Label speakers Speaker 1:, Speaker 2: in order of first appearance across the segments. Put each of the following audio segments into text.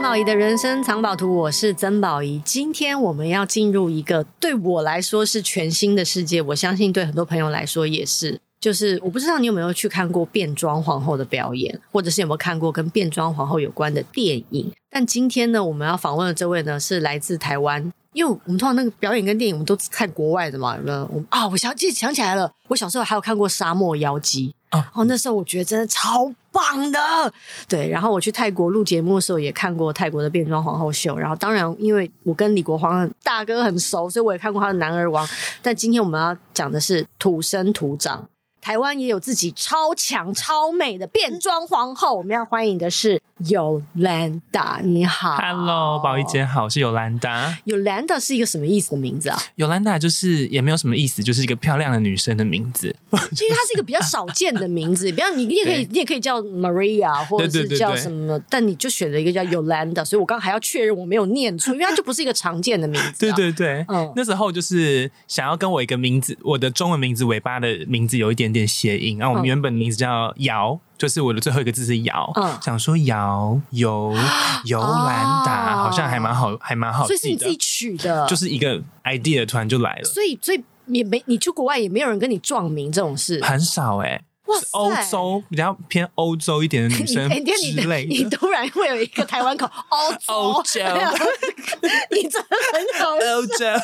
Speaker 1: 宝仪的人生藏宝图，我是曾宝仪。今天我们要进入一个对我来说是全新的世界，我相信对很多朋友来说也是。就是我不知道你有没有去看过变装皇后的表演，或者是有没有看过跟变装皇后有关的电影。但今天呢，我们要访问的这位呢是来自台湾，因为我们通常那个表演跟电影我们都只看国外的嘛。有没有？我们啊，我想记想起来了，我小时候还有看过《沙漠妖姬》
Speaker 2: 啊
Speaker 1: 哦，那时候我觉得真的超棒的。对，然后我去泰国录节目的时候也看过泰国的变装皇后秀，然后当然因为我跟李国煌大哥很熟，所以我也看过他的《男儿王》。但今天我们要讲的是土生土长。台湾也有自己超强超美的变装皇后，我们要欢迎的是尤兰达。你好
Speaker 2: Hello，宝仪。姐好，我是尤兰达。
Speaker 1: 尤兰达是一个什么意思的名字 啊？
Speaker 2: 尤兰达就是也没有什么意思，就是一个漂亮的女生的名字。
Speaker 1: 其实它是一个比较少见的名字，比方你你也可以
Speaker 2: 对
Speaker 1: 你也可以叫 Maria 或者
Speaker 2: 对
Speaker 1: 是
Speaker 2: 对对
Speaker 1: 叫
Speaker 2: 对
Speaker 1: 什么，但你就选了一个叫 Yolanda，所以我刚刚还要确认我没有念错，因为它就不是一个常见的名字、啊。
Speaker 2: 对对对，
Speaker 1: 嗯
Speaker 2: 那时候就是想要跟我一个名字，我的中文名字尾巴的名字有一点点谐音，然后我
Speaker 1: 嗯
Speaker 2: 们原本的名字叫姚，就是我的最后一个字是姚，
Speaker 1: 嗯
Speaker 2: 想说姚尤尤兰达
Speaker 1: 哦
Speaker 2: 好像还蛮好，还蛮好
Speaker 1: 所以是
Speaker 2: 记
Speaker 1: 你自
Speaker 2: 的
Speaker 1: 己，取的，
Speaker 2: 就是一个 idea 突然就来了，
Speaker 1: 所以所以也没你去国外也没有人跟你撞名这种事。
Speaker 2: 很少哎、
Speaker 1: 哇
Speaker 2: 是欧洲比较偏欧洲一点的女
Speaker 1: 你
Speaker 2: 生
Speaker 1: 哎，等一下
Speaker 2: 之类
Speaker 1: 你你
Speaker 2: 的。
Speaker 1: 突然会有一个台湾 口欧洲，
Speaker 2: 欧洲
Speaker 1: 你真的很好笑
Speaker 2: 欧洲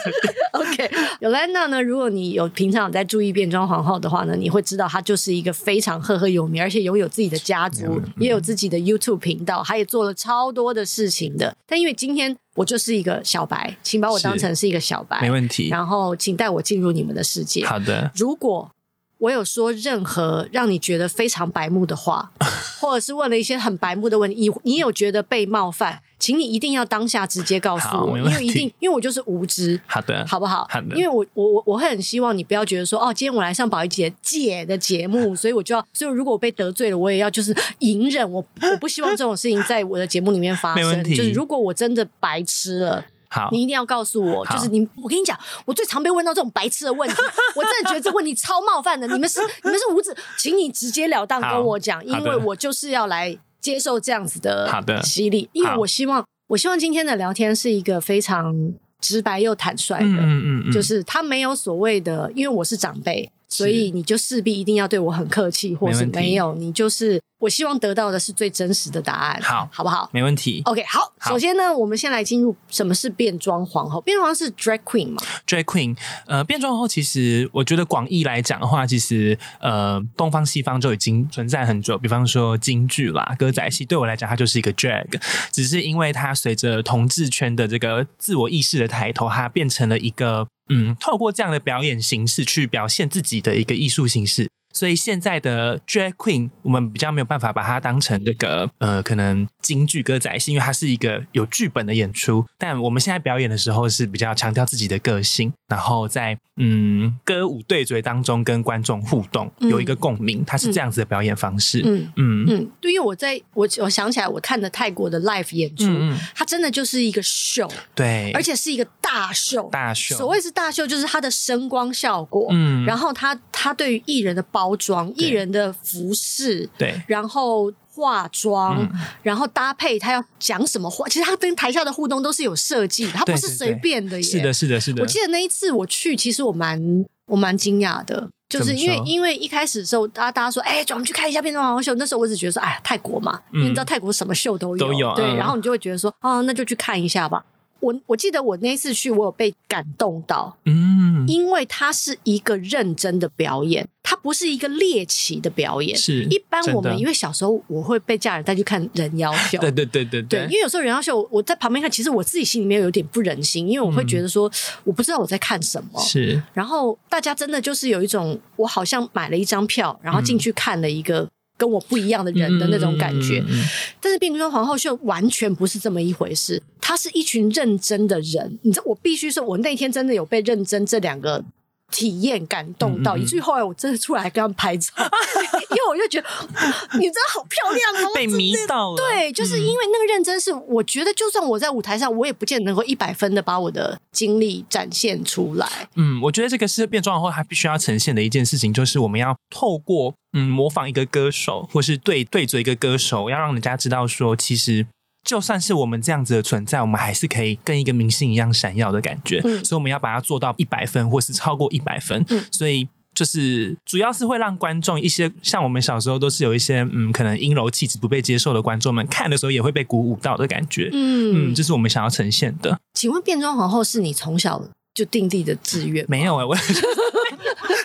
Speaker 1: OK，尤 兰娜呢？如果你有平常有在注意变装皇后的话呢，你会知道她就是一个非常赫赫有名，而且拥有自己的家
Speaker 2: 嗯
Speaker 1: 族，也有自己的 YouTube 频道，她也做了超多的事情的。但因为今天我就是一个小白，请把我当成是一个小白，
Speaker 2: 没问题。
Speaker 1: 然后请带我进入你们的世界。
Speaker 2: 好的，
Speaker 1: 如果我有说任何让你觉得非常白目的 话，或者是问了一些很白目的问题，你你有觉得被冒犯，请你一定要当下直接告诉
Speaker 2: 好
Speaker 1: 我，
Speaker 2: 没
Speaker 1: 因
Speaker 2: 问
Speaker 1: 为一
Speaker 2: 题
Speaker 1: 定，因为我就是无知，
Speaker 2: 好的，
Speaker 1: 好不好？
Speaker 2: 嗯好的
Speaker 1: 因为我我我我会很希望你不要觉得说哦，今天我来上宝仪姐姐的节 目，所以我就要，所以如果我被得罪了，我也要就是隐忍，我我不希望这种事情在我的节目里面发
Speaker 2: 没
Speaker 1: 生。
Speaker 2: 问题
Speaker 1: 就是如果我真的白痴了，
Speaker 2: 好
Speaker 1: 你一定要告诉我，
Speaker 2: 好
Speaker 1: 就是你，我跟你讲，我最常被问到这种白痴的 问题，我真的觉得这问题超冒犯的。你们是你们是无知，请你直截了当跟我讲，因
Speaker 2: 好的
Speaker 1: 为我就是要来接受这样子
Speaker 2: 好的
Speaker 1: 洗礼，因为
Speaker 2: 好
Speaker 1: 我希望，我希望今天的聊天是一个非常直白又坦率的，
Speaker 2: 嗯嗯嗯嗯，
Speaker 1: 就是他没有所谓的，因为我是长辈，
Speaker 2: 是
Speaker 1: 所以你就势必一定要对我很客气，或是
Speaker 2: 没问题
Speaker 1: 没有，你就是我希望得到的是最真实的答案，
Speaker 2: 好
Speaker 1: 好不好？
Speaker 2: 没问题。
Speaker 1: OK，好，
Speaker 2: 好
Speaker 1: 首先呢，我们先来进入什么是变装皇后。变装皇后是 drag queen 嘛？
Speaker 2: Drag Queen，呃，变装后其实我觉得广义来讲的话，其实呃，东方西方就已经存在很久。比方说京剧啦、歌仔戏，对我来讲它就是一个 drag，只是因为它随着同志圈的这个自我意识的抬头，它变成了一个嗯，透过这样的表演形式去表现自己的一个艺术形式。所以现在的 drag queen，我们比较没有办法把它当成这个呃，可能京剧歌仔戏，因为它是一个有剧本的演出。但我们现在表演的时候是比较强调自己的个性，然后在嗯歌舞对嘴当中跟观众互动，
Speaker 1: 嗯
Speaker 2: 有一个共鸣，它是这样子的表演方式。嗯
Speaker 1: 嗯
Speaker 2: 嗯
Speaker 1: 嗯，对，因为我在我我想起来，我看的泰国的 live 演出，
Speaker 2: 嗯嗯，
Speaker 1: 它真的就是一个秀，
Speaker 2: 对，
Speaker 1: 而且是一个大秀。
Speaker 2: 大秀
Speaker 1: 所谓是大秀，就是它的声光效果，
Speaker 2: 嗯，
Speaker 1: 然
Speaker 2: 后
Speaker 1: 后它它对于艺人的包装、艺人的服饰，
Speaker 2: 对。
Speaker 1: 然后化妆，
Speaker 2: 嗯
Speaker 1: 然后搭配他要讲什么话，其实他跟台下的互动都是有设计的，他不
Speaker 2: 对
Speaker 1: 是
Speaker 2: 对
Speaker 1: 随
Speaker 2: 对
Speaker 1: 便的耶。
Speaker 2: 是的，是的，是的。
Speaker 1: 我记得那一次我去，其实我蛮我蛮惊讶的，就是因为
Speaker 2: 怎么说
Speaker 1: 因为一开始的时候，大家大家说，哎、走，我们去看一下变装皇后秀。那时候我只觉得说，哎呀，泰国嘛，因为你知道泰国什么秀都有，
Speaker 2: 嗯都有
Speaker 1: 对，
Speaker 2: 嗯
Speaker 1: 然后你就会觉得说，哦，那就去看一下吧。我我记得我那一次去，我有被感动到，
Speaker 2: 嗯，
Speaker 1: 因为它是一个认真的表演，它不是一个猎奇的表演。
Speaker 2: 是
Speaker 1: 一般我
Speaker 2: 真
Speaker 1: 们
Speaker 2: 的
Speaker 1: 因为小时候我会被家人带去看人妖秀，
Speaker 2: 对对对对
Speaker 1: 对，因为有时候人妖秀，我我在旁边看，其实我自己心里面有点不忍心，因为我会觉得说，我不知道我在看什么。
Speaker 2: 嗯是
Speaker 1: 然后大家真的就是有一种，我好像买了一张票，然后进去看了一个跟我不一样的人的那种感觉。
Speaker 2: 嗯嗯嗯嗯
Speaker 1: 但是变装皇后秀完全不是这么一回事，它是一群认真的人。你知道，我必须说，我那天真的有被“认真”这两个。体验感动到，
Speaker 2: 嗯嗯嗯
Speaker 1: 以至于后来我真的出来跟他们拍 照，因为我就觉得嗯你真的好漂亮哦，
Speaker 2: 被嗯迷到了。
Speaker 1: 对，就是因为那个认真是，我觉得就算我在舞台上，我也不见得能够一百分的把我的经历展现出来。
Speaker 2: 嗯，我觉得这个是变装后它必须要呈现的一件事情，就是我们要透过嗯模仿一个歌手，或是对对着一个歌手，要让人家知道说，其实就算是我们这样子的存在，我们还是可以跟一个明星一样闪耀的感觉。
Speaker 1: 嗯
Speaker 2: 所以我们要把它做到一百分，或是超过一百分。
Speaker 1: 嗯
Speaker 2: 所以。就是主要是会让观众一些像我们小时候都是有一些嗯，可能阴柔气质不被接受的观众们看的时候也会被鼓舞到的感觉，嗯，
Speaker 1: 嗯，
Speaker 2: 这是我们想要呈现的。
Speaker 1: 请问变装皇后是你从小就定立的志愿？
Speaker 2: 没有哎、我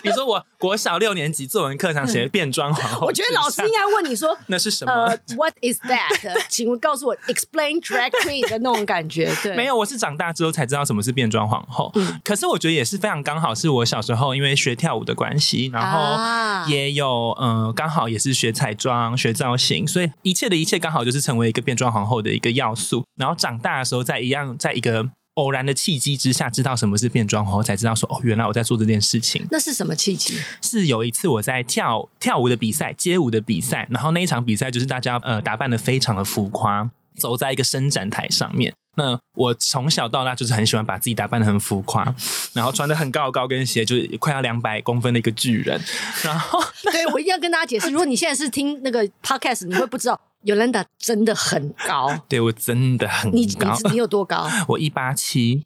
Speaker 2: 你说我国小六年级作文课上写变装皇后，
Speaker 1: 我觉得老师应该问你说
Speaker 2: 。那是什么？
Speaker 1: 呃、w h a t is that？请问告诉我，explain drag queen 的那种感 觉，对，
Speaker 2: 没有，我是长大之后才知道什么是变装皇后。
Speaker 1: 嗯
Speaker 2: 可是我觉得也是非常刚好，是我小时候因为学跳舞的关系，然后
Speaker 1: 啊
Speaker 2: 也有嗯，呃刚、好也是学彩妆、学造型，所以一切的一切刚好就是成为一个变装皇后的一个要素。然后长大的时候，在一样在一个偶然的契机之下，知道什么是变装皇后，才知道说哦，原来我在做这件事情。
Speaker 1: 那是什么契 机？
Speaker 2: 是有一次我在跳跳舞的比赛，街舞的比赛，然后那一场比赛就是大家呃打扮的非常的浮夸，走在一个伸展台上面。那我从小到大就是很喜欢把自己打扮的很浮 夸，然后穿的很高的高跟鞋，就是快要两百公分的一个巨人。然 后
Speaker 1: 对我一定要跟大家解释，如果你现在是听那个 podcast，你会不知道 Yolanda 真的很高，
Speaker 2: 对我真的很
Speaker 1: 你
Speaker 2: 高，
Speaker 1: 你你有多 高？
Speaker 2: 我一八七，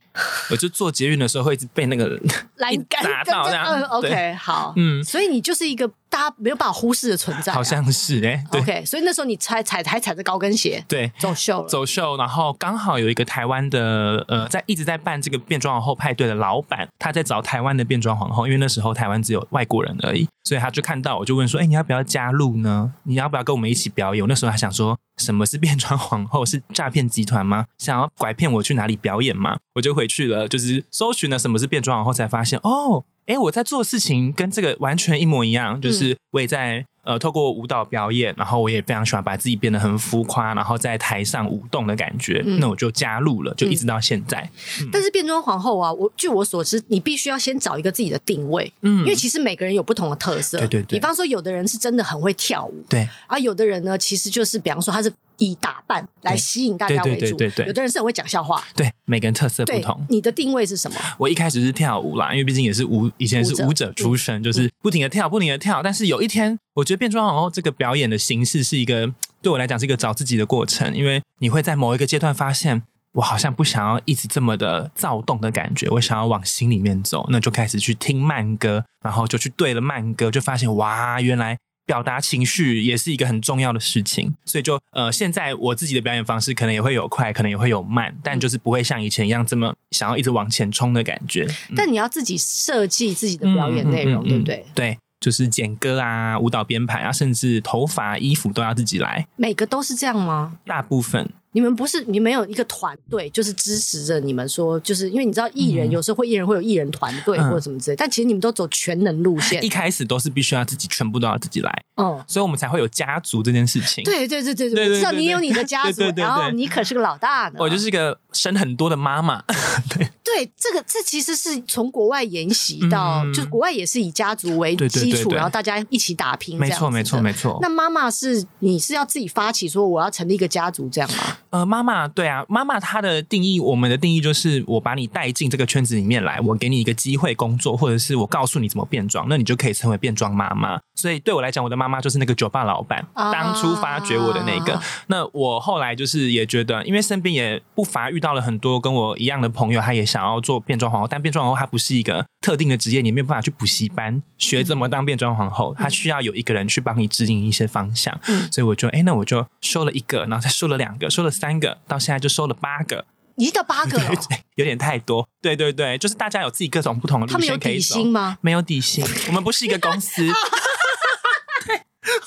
Speaker 2: 我就坐捷运的时候会一直被那个
Speaker 1: 栏
Speaker 2: 一直
Speaker 1: 杆
Speaker 2: 砸
Speaker 1: 跟
Speaker 2: 到
Speaker 1: 跟
Speaker 2: 这样。
Speaker 1: 嗯
Speaker 2: 对
Speaker 1: ，OK，好，
Speaker 2: 嗯，
Speaker 1: 所以你就是一个大家没有办法忽视的存在啊，
Speaker 2: 好像是哎、对
Speaker 1: OK，所以那时候你踩踩还踩着高跟鞋
Speaker 2: 对，
Speaker 1: 走秀了，
Speaker 2: 走秀，然后刚好有一个台湾的呃，在一直在办这个变装皇后派对的老板，他在找台湾的变装皇后，因为那时候台湾只有外国人而已，所以他就看到我就问说：“哎、你要不要加入呢？你要不要跟我们一起表演？”我那时候还想说，什么是变装皇后？是诈骗集团吗？想要拐骗我去哪里表演吗？我就回去了，就是搜寻了什么是变装皇后，才发现哦，哎，我在做的事情跟这个完全一模一样，就是我也在呃透过舞蹈表演，然后我也非常喜欢把自己变得很浮夸，然后在台上舞动的感觉，
Speaker 1: 嗯
Speaker 2: 那我就加入了，就一直到现在。
Speaker 1: 但是变装皇后啊，我据我所知，你必须要先找一个自己的定位，
Speaker 2: 嗯
Speaker 1: 因为其实每个人有不同的特色。
Speaker 2: 对对对
Speaker 1: 比方说，有的人是真的很会跳舞，
Speaker 2: 对
Speaker 1: 啊，有的人呢，其实就是比方说他是以打扮来吸引大家
Speaker 2: 对
Speaker 1: 为
Speaker 2: 对
Speaker 1: 主，
Speaker 2: 对对对
Speaker 1: 有的人是很会讲笑话。
Speaker 2: 对，每个人特色不
Speaker 1: 对
Speaker 2: 同，。
Speaker 1: 你的定位是什么？
Speaker 2: 我一开始是跳舞啦，因为毕竟也是舞，以前是舞
Speaker 1: 舞
Speaker 2: 者
Speaker 1: 者
Speaker 2: 出身，就是不停的跳，不停的跳。但是有一天，我觉得变装皇后这个表演的形式是一个对我来讲是一个找自己的过程，因为你会在某一个阶段发现。我好像不想要一直这么的躁动的感觉，我想要往心里面走，那就开始去听慢歌，然后就去对了慢歌，就发现哇，原来表达情绪也是一个很重要的事情，所以就呃，现在我自己的表演方式可能也会有快，可能也会有慢，但就是不会像以前一样这么想要一直往前冲的感觉。嗯
Speaker 1: 但你要自己设计自己的表演内容，
Speaker 2: 嗯嗯嗯嗯
Speaker 1: 对不对？
Speaker 2: 对，就是剪歌啊、舞蹈编排啊，甚至头发、衣服都要自己来，
Speaker 1: 每个都是这样吗？
Speaker 2: 大部分
Speaker 1: 你们不是你们有一个团队，就是支持着你们说，就是因为你知道艺人、
Speaker 2: 嗯
Speaker 1: 有时候会艺人会有艺人团队
Speaker 2: 嗯哎
Speaker 1: 或者什么之类，但其实你们都走全能路线
Speaker 2: 一。开始都是必须要自己全部都要自己来，
Speaker 1: 嗯，
Speaker 2: 所以我们才会有家族这件事情。
Speaker 1: 对对对对
Speaker 2: 对对
Speaker 1: 我知道
Speaker 2: 对
Speaker 1: 你
Speaker 2: 对
Speaker 1: 有你的家族
Speaker 2: 对对，对
Speaker 1: 然后
Speaker 2: 对
Speaker 1: 你可是个老大呢。
Speaker 2: 我就是一个生很多的妈妈，
Speaker 1: 嗯对这个，这其实是从国外沿袭到，
Speaker 2: 嗯
Speaker 1: 就是国外也是以家族为
Speaker 2: 对对对
Speaker 1: 基础，
Speaker 2: 对
Speaker 1: 然后大家一起打拼。
Speaker 2: 没错，没错，没
Speaker 1: 错。
Speaker 2: 错。
Speaker 1: 那妈妈是你是要自己发起说我要成立一个家族这样吗？
Speaker 2: 呃，妈妈，对啊，妈妈她的定义，我们的定义就是我把你带进这个圈子里面来，我给你一个机会工作，或者是我告诉你怎么变装，那你就可以成为变装妈妈。所以对我来讲，我的妈妈就是那个酒吧老板，
Speaker 1: 啊
Speaker 2: 当初发掘我的那个。那我后来就是也觉得，因为身边也不乏遇到了很多跟我一样的朋友，他也想要做变装皇后，但变装皇后她不是一个特定的职业，你没有办法去补习班学怎么当变装皇后，她需要有一个人去帮你指引一些方向。
Speaker 1: 嗯
Speaker 2: 所以我就哎、诶那我就收了一个，然后再收了两个，收了三个，到现在就收了八个，
Speaker 1: 已经到八个哦了，
Speaker 2: 有点太多。对对对，就是大家有自己各种不同的
Speaker 1: 他
Speaker 2: 路
Speaker 1: 们有
Speaker 2: 线可以
Speaker 1: 底
Speaker 2: 走。
Speaker 1: 薪吗？
Speaker 2: 没有 底薪，我们不是一个公司。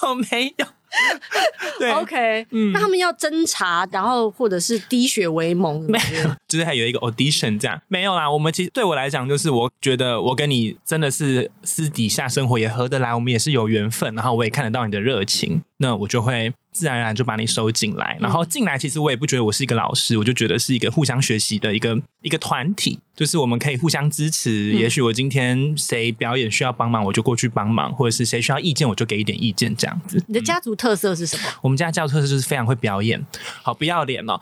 Speaker 2: 我没有。对
Speaker 1: OK，
Speaker 2: 嗯
Speaker 1: 那他们要侦查，然后或者是滴血为盟，没有，
Speaker 2: 就是还有一个 audition 这样，没有啦。我们其实对我来讲，就是我觉得我跟你真的是私底下生活也合得来，我们也是有缘分，然后我也看得到你的热情，那我就会自然而然就把你收进来。然后进来，其实我也不觉得我是一个老师，我就觉得是一个互相学习的一个一个团体，就是我们可以互相支持。
Speaker 1: 嗯
Speaker 2: 也许我今天谁表演需要帮忙，我就过去帮忙，或者是谁需要意见，我就给一点意见这样子。
Speaker 1: 你的家族 特色是什么？
Speaker 2: 我们家教特就是非常会表演，好不要脸哦！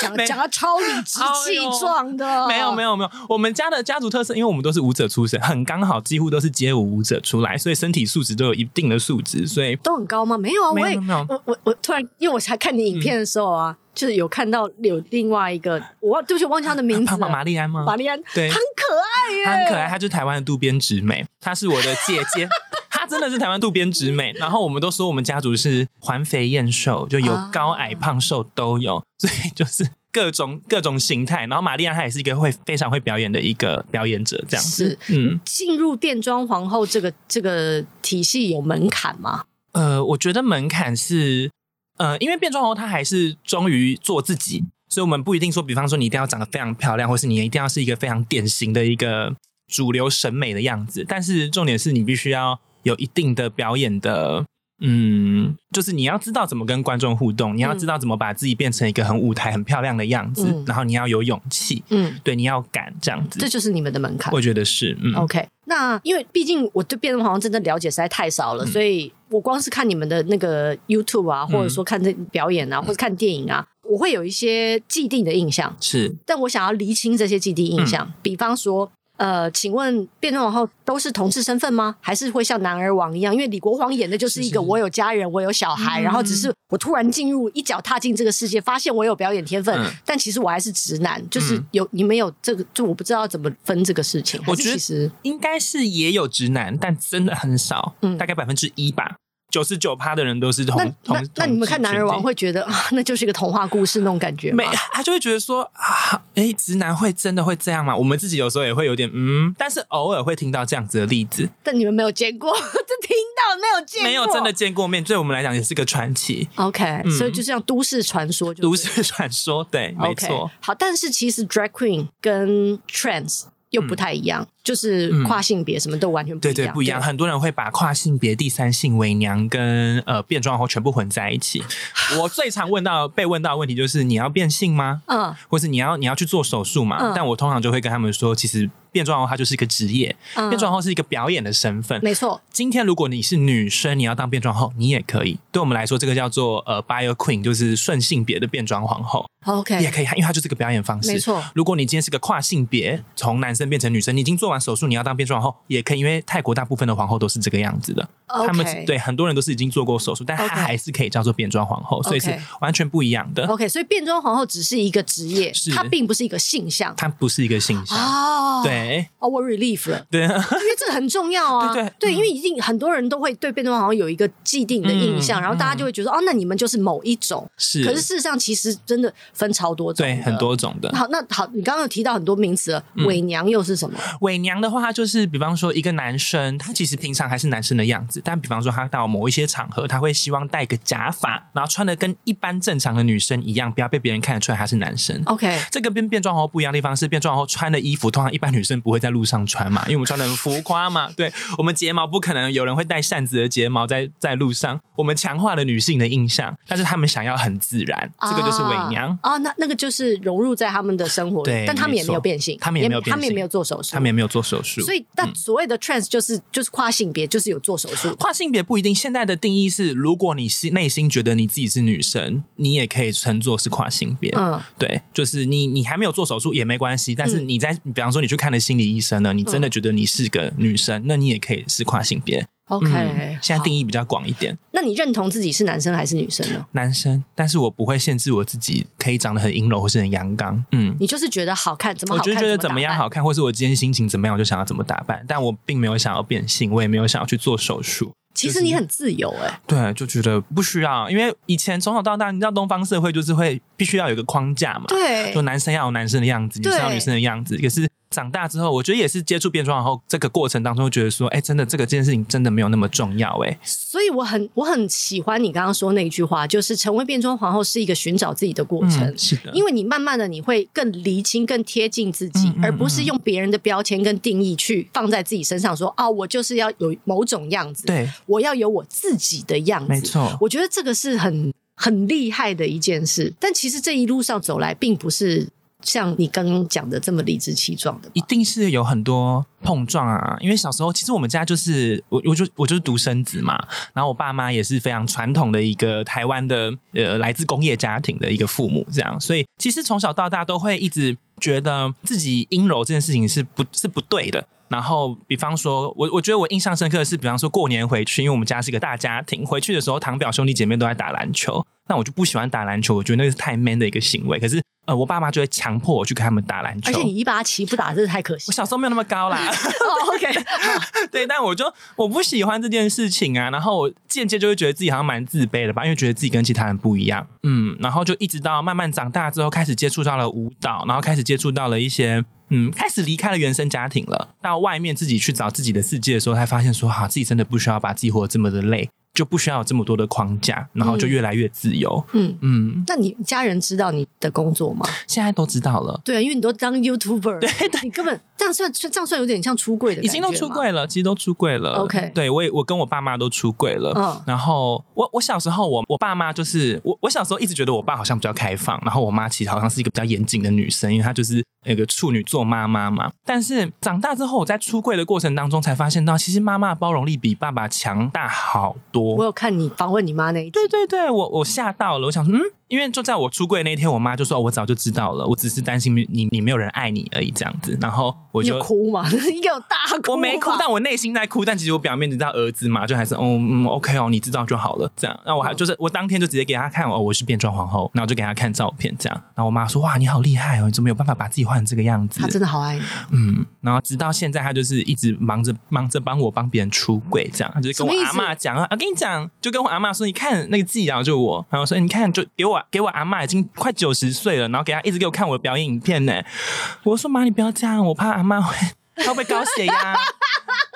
Speaker 1: 讲
Speaker 2: 没哎
Speaker 1: 讲到超理 直气壮的，哦
Speaker 2: 没有没有没有，我们家的家族特色，因为我们都是舞者出身，很刚好，几乎都是街舞舞者出来，所以身体素质都有一定的素质，所以
Speaker 1: 都很高吗？没有啊，
Speaker 2: 没
Speaker 1: 我
Speaker 2: 有
Speaker 1: 也
Speaker 2: 没有没嗯
Speaker 1: 我我我突然，因为我才看你影片的时候啊，就是有看到有另外一个，我忘对不起，我忘记他的名
Speaker 2: 有
Speaker 1: 字
Speaker 2: 胖胖玛
Speaker 1: 了，
Speaker 2: 丽安吗？
Speaker 1: 玛丽安，
Speaker 2: 对
Speaker 1: 她很可爱耶，
Speaker 2: 她很可爱，她就是台湾的渡边直美，她是我的姐姐，她真的是台湾渡边直美。然后我们都说我们家族是环肥燕瘦，就有
Speaker 1: 啊
Speaker 2: 高矮胖瘦都有，所以就是各种各种形态。然后玛丽安她也是一个会非常会表演的一个表演者，这样子。
Speaker 1: 是
Speaker 2: 嗯，
Speaker 1: 进入变装皇后这个这个体系有门槛吗？
Speaker 2: 呃，我觉得门槛是，呃，因为变装皇后她还是忠于做自己，所以我们不一定说，比方说你一定要长得非常漂亮，或是你一定要是一个非常典型的一个主流审美的样子。但是重点是你必须要有一定的表演的，嗯，就是你要知道怎么跟观众互动，你要知道怎么把自己变成一个很舞台、很漂亮的样子，
Speaker 1: 嗯
Speaker 2: 然后你要有勇气，
Speaker 1: 嗯，
Speaker 2: 对，你要敢这样子
Speaker 1: 这。就是你们的门槛。
Speaker 2: 我觉得是，嗯，
Speaker 1: OK，那因为毕竟我对变装皇后真的了解实在太少
Speaker 2: 嗯
Speaker 1: 了，所以我光是看你们的那个 YouTube 啊，或者说看这表演啊，或者看电影啊，我会有一些既定的印象。
Speaker 2: 是
Speaker 1: 但我想要厘清这些既定
Speaker 2: 嗯
Speaker 1: 印象，比方说，呃，请问变装皇后都是同志身份吗？还是会像男儿王一样？因为李国煌演的就是一
Speaker 2: 是
Speaker 1: 个我有家人，我有小孩，
Speaker 2: 嗯
Speaker 1: 然后只是我突然进入一脚踏进这个世界，发现我有表演天分，
Speaker 2: 嗯
Speaker 1: 但其实我还是直男，就是
Speaker 2: 嗯
Speaker 1: 有、你们有这个，就我不知道怎么分这个事情。
Speaker 2: 我
Speaker 1: 还是
Speaker 2: 觉得
Speaker 1: 其实
Speaker 2: 应该是也有直男，但真的很少，
Speaker 1: 嗯
Speaker 2: 大概百分之一吧。九十九趴的人都是同
Speaker 1: 那
Speaker 2: 同
Speaker 1: 那那你们看男儿王
Speaker 2: 同
Speaker 1: 会觉得啊，那就是一个童话故事那种感觉
Speaker 2: 志群体
Speaker 1: 吗
Speaker 2: 没？？他就会觉得说啊，哎，直男会真的会这样吗？我们自己有时候也会有点嗯，但是偶尔会听到这样子的例子，
Speaker 1: 但你们没有见过， 这听到没有见过，
Speaker 2: 没有真的。见过面，对我们来讲也是个传奇、
Speaker 1: OK，、
Speaker 2: 嗯
Speaker 1: 所以就像都市传说就对了，
Speaker 2: 都市传说。对，没
Speaker 1: o
Speaker 2: 错
Speaker 1: k，好，但是其实 drag queen 跟 trans 又不太一样，就是跨性别什么都完全不一
Speaker 2: 嗯对
Speaker 1: 样，啊
Speaker 2: 对，不一样。很多人会把跨性别、第三性、伪娘跟呃变装后全部混在一起。我最常问到被问到的问题就是：你要变性吗？
Speaker 1: 嗯，
Speaker 2: 或是你要你要去做手术嘛？
Speaker 1: 嗯
Speaker 2: 但我通常就会跟他们说，其实变装皇后它就是一个职业，
Speaker 1: 嗯
Speaker 2: 变装皇后是一个表演的身份。
Speaker 1: 没错，
Speaker 2: 今天如果你是女生，你要当变装皇后，你也可以。对我们来说，这个叫做呃 bio queen，就是顺性别的变装皇后，也
Speaker 1: ，OK，
Speaker 2: 可以，因为它就是个表演方式。
Speaker 1: 没错
Speaker 2: 如果你今天是个跨性别，从男生变成女生，你已经做完手术，你要当变装皇后也可以，因为泰国大部分的皇后都是这个样子的。他们
Speaker 1: ，OK，
Speaker 2: 对很多人都是已经做过手术，但她
Speaker 1: OK
Speaker 2: 还是可以叫做变装皇后，所以是
Speaker 1: OK 哦
Speaker 2: 完全不一样的。
Speaker 1: ，OK，所以变装皇后只是一个职业
Speaker 2: 是，
Speaker 1: 它并不是一个性向。
Speaker 2: 它不是一个性向。
Speaker 1: 哦，，
Speaker 2: 对
Speaker 1: 哦，我 relief 了，
Speaker 2: 对，啊
Speaker 1: 因为这个很重要啊，
Speaker 2: 对嗯对
Speaker 1: 因为一定很多人都会对变装皇后有一个既定的印象，
Speaker 2: 嗯
Speaker 1: 然后大家就会觉得、哦，那你们就是某一种，
Speaker 2: 是，
Speaker 1: 可是事实上其实真的分超多种，
Speaker 2: 对很。多嗯种的。
Speaker 1: 好，那好，你刚刚有提到很多名词了，伪娘又是什么？
Speaker 2: 伪娘的话，它就是比方说一个男生，他其实平常还是男生的样子，但比方说他到某一些场合，他会希望戴个假发，然后穿的跟一般正常的女生一样，不要被别人看得出来他是男生。
Speaker 1: OK，
Speaker 2: 这个跟变装皇后不一样的地方是，变装皇后穿的衣服通常一般女生不会在路上穿嘛，因为我们穿的很浮夸嘛。对我们睫毛不可能有人会带扇子的睫毛在在路上，我们强化了女性的印象，但是他们想要很自然，这个就是伪娘。
Speaker 1: 啊、哦那那个就是融入在他们的生活里，
Speaker 2: 对
Speaker 1: 但他们也没有变性，
Speaker 2: 没错他们也没有变性
Speaker 1: 他们也没有做手术，
Speaker 2: 他们也没有做嗯手术，
Speaker 1: 所以，但所谓的 trans 就是就是跨性别，就是有做手术。
Speaker 2: 跨性别不一定。现在的定义是，如果你是内心觉得你自己是女生，你也可以称作是跨性别。
Speaker 1: 嗯，
Speaker 2: 对，就是你你还没有做手术也没关系，但是你在、比方说你去看了心理医生了，你真的觉得你是个女生，那你也可以是跨性
Speaker 1: 嗯
Speaker 2: 别。嗯
Speaker 1: OK，、
Speaker 2: 现在定
Speaker 1: 义，
Speaker 2: 义比较广一点，
Speaker 1: 那你认同自己是男生还是女生呢？
Speaker 2: 男生，但是我不会限制我自己可以长得很阴柔或是很阳刚。嗯。
Speaker 1: 你就是觉得好看，怎么
Speaker 2: 我
Speaker 1: 好
Speaker 2: 就
Speaker 1: 看？
Speaker 2: 觉得怎么样
Speaker 1: 打扮？
Speaker 2: 好看，或是我今天心情怎么样，我就想要怎么打扮。但我并没有想要变性，我也没有想要去做手术。
Speaker 1: 其
Speaker 2: 就
Speaker 1: 实
Speaker 2: 是
Speaker 1: 你很自由哎、
Speaker 2: 对，就觉得不需要，因为以前从小到大，你知道东方社会就是会必须要有一个框架嘛，
Speaker 1: 对
Speaker 2: 就男生要有男生的样子，女
Speaker 1: 对
Speaker 2: 生要有女生的样子。可是长大之后，我觉得也是接触变装后这个过程当中，觉得说，哎，真的这个这件事情真的没有那么重要，哎，
Speaker 1: 所以我很我很喜欢你刚刚说那一句话，就是成为变装皇后是一个寻找自己的过程。
Speaker 2: 嗯，是的，
Speaker 1: 因
Speaker 2: 为
Speaker 1: 为你慢慢的你会更厘清、更贴近自己，
Speaker 2: 嗯嗯
Speaker 1: 而不是用别人的标签跟定义去放在自己身上说，啊，我就是要有某种样子，
Speaker 2: 对，
Speaker 1: 我要有我自己的样子。
Speaker 2: 没，错，
Speaker 1: 我觉得这个是很很厉害的一件事，但其实这一路上走来，并不是像你刚刚讲的这么理直气壮的吧
Speaker 2: 一定是有很多碰撞啊，因为小时候其实我们家就是我，我就我就是独生子嘛，然后我爸妈也是非常传统的一个台湾的呃来自工业家庭的一个父母，这样，所以其实从小到大都会一直觉得自己阴柔这件事情是不是不对的。然后，比方说，我我觉得我印象深刻的是，比方说过年回去，因为我们家是一个大家庭，回去的时候堂表兄弟姐妹都在打篮球，那我就不喜欢打篮球，我觉得那是太 man 的一个行为。可是，呃，我爸妈就会强迫我去跟他们打篮球，
Speaker 1: 而且你一八七不打，真是太可惜
Speaker 2: 我。小时候没有那么高啦，
Speaker 1: 哦，OK，
Speaker 2: 对，但我就我不喜欢这件事情啊，然后我间接就会觉得自己好像蛮自卑的吧，因为觉得自己跟其他人不一样，嗯，然后就一直到慢慢长大之后，开始接触到了舞蹈，然后开始接触到了一些，嗯，开始离开了原生家庭了，到外面自己去找自己的世界的时候，才发现说，哈、自己真的不需要把自己活得这么的累，就不需要有这么多的框架，然后就越来越自由，
Speaker 1: 嗯，
Speaker 2: 嗯，
Speaker 1: 那你家人知道你的工作吗？
Speaker 2: 现在都知道了。
Speaker 1: 对啊，因为你都当 YouTuber，对你根本这样算这样算有点像出柜的，
Speaker 2: 已经都出。柜了，其实都出柜了。
Speaker 1: OK
Speaker 2: 对我也我跟我爸妈都出柜了。
Speaker 1: 嗯
Speaker 2: 然后我我小时候我我爸妈就是我我小时候一直觉得我爸好像比较开放，然后我妈其实好像是一个比较严谨的女生，因为她就是那个处女座妈妈嘛。但是长大之后，我在出柜的过程当中才发现到，其实妈妈的包容力比爸爸强大好多。
Speaker 1: 我有看你访问你妈那一集，
Speaker 2: 对对对，我我吓到了，我想说，嗯，因为就在我出柜那一天，我妈就说、哦我早就知道了，我只是担心你你你没有人爱你而已这样子。然后我
Speaker 1: 你
Speaker 2: 就
Speaker 1: 有哭吗？ 应该有大哭吧，
Speaker 2: 我没哭，但我内心在哭，但其实我表面知道儿子嘛，就还是哦嗯 OK 哦，你知道就好了这样。那我
Speaker 1: 嗯
Speaker 2: 还就是我当天就直接给他看哦，我是变装皇后，然后就给他看照片这样。然后我妈说哇你好厉害哦，你怎么有办法把自己画成这个样子
Speaker 1: 她？真的好爱你。
Speaker 2: 嗯，然后直到现在，她就是一直忙着忙着帮我帮别人出柜这样，她就是跟
Speaker 1: 什
Speaker 2: 我
Speaker 1: 么意
Speaker 2: 阿
Speaker 1: 思
Speaker 2: 嬷讲啊，我跟你讲，就跟我阿嬷说，你看那个纪瑶就我，然后说你看就给我给我阿嬷已经快九十岁了，然后给她一直给我看我的表演影片呢。我说妈，你不要这样，我怕阿嬷会 她会高血压。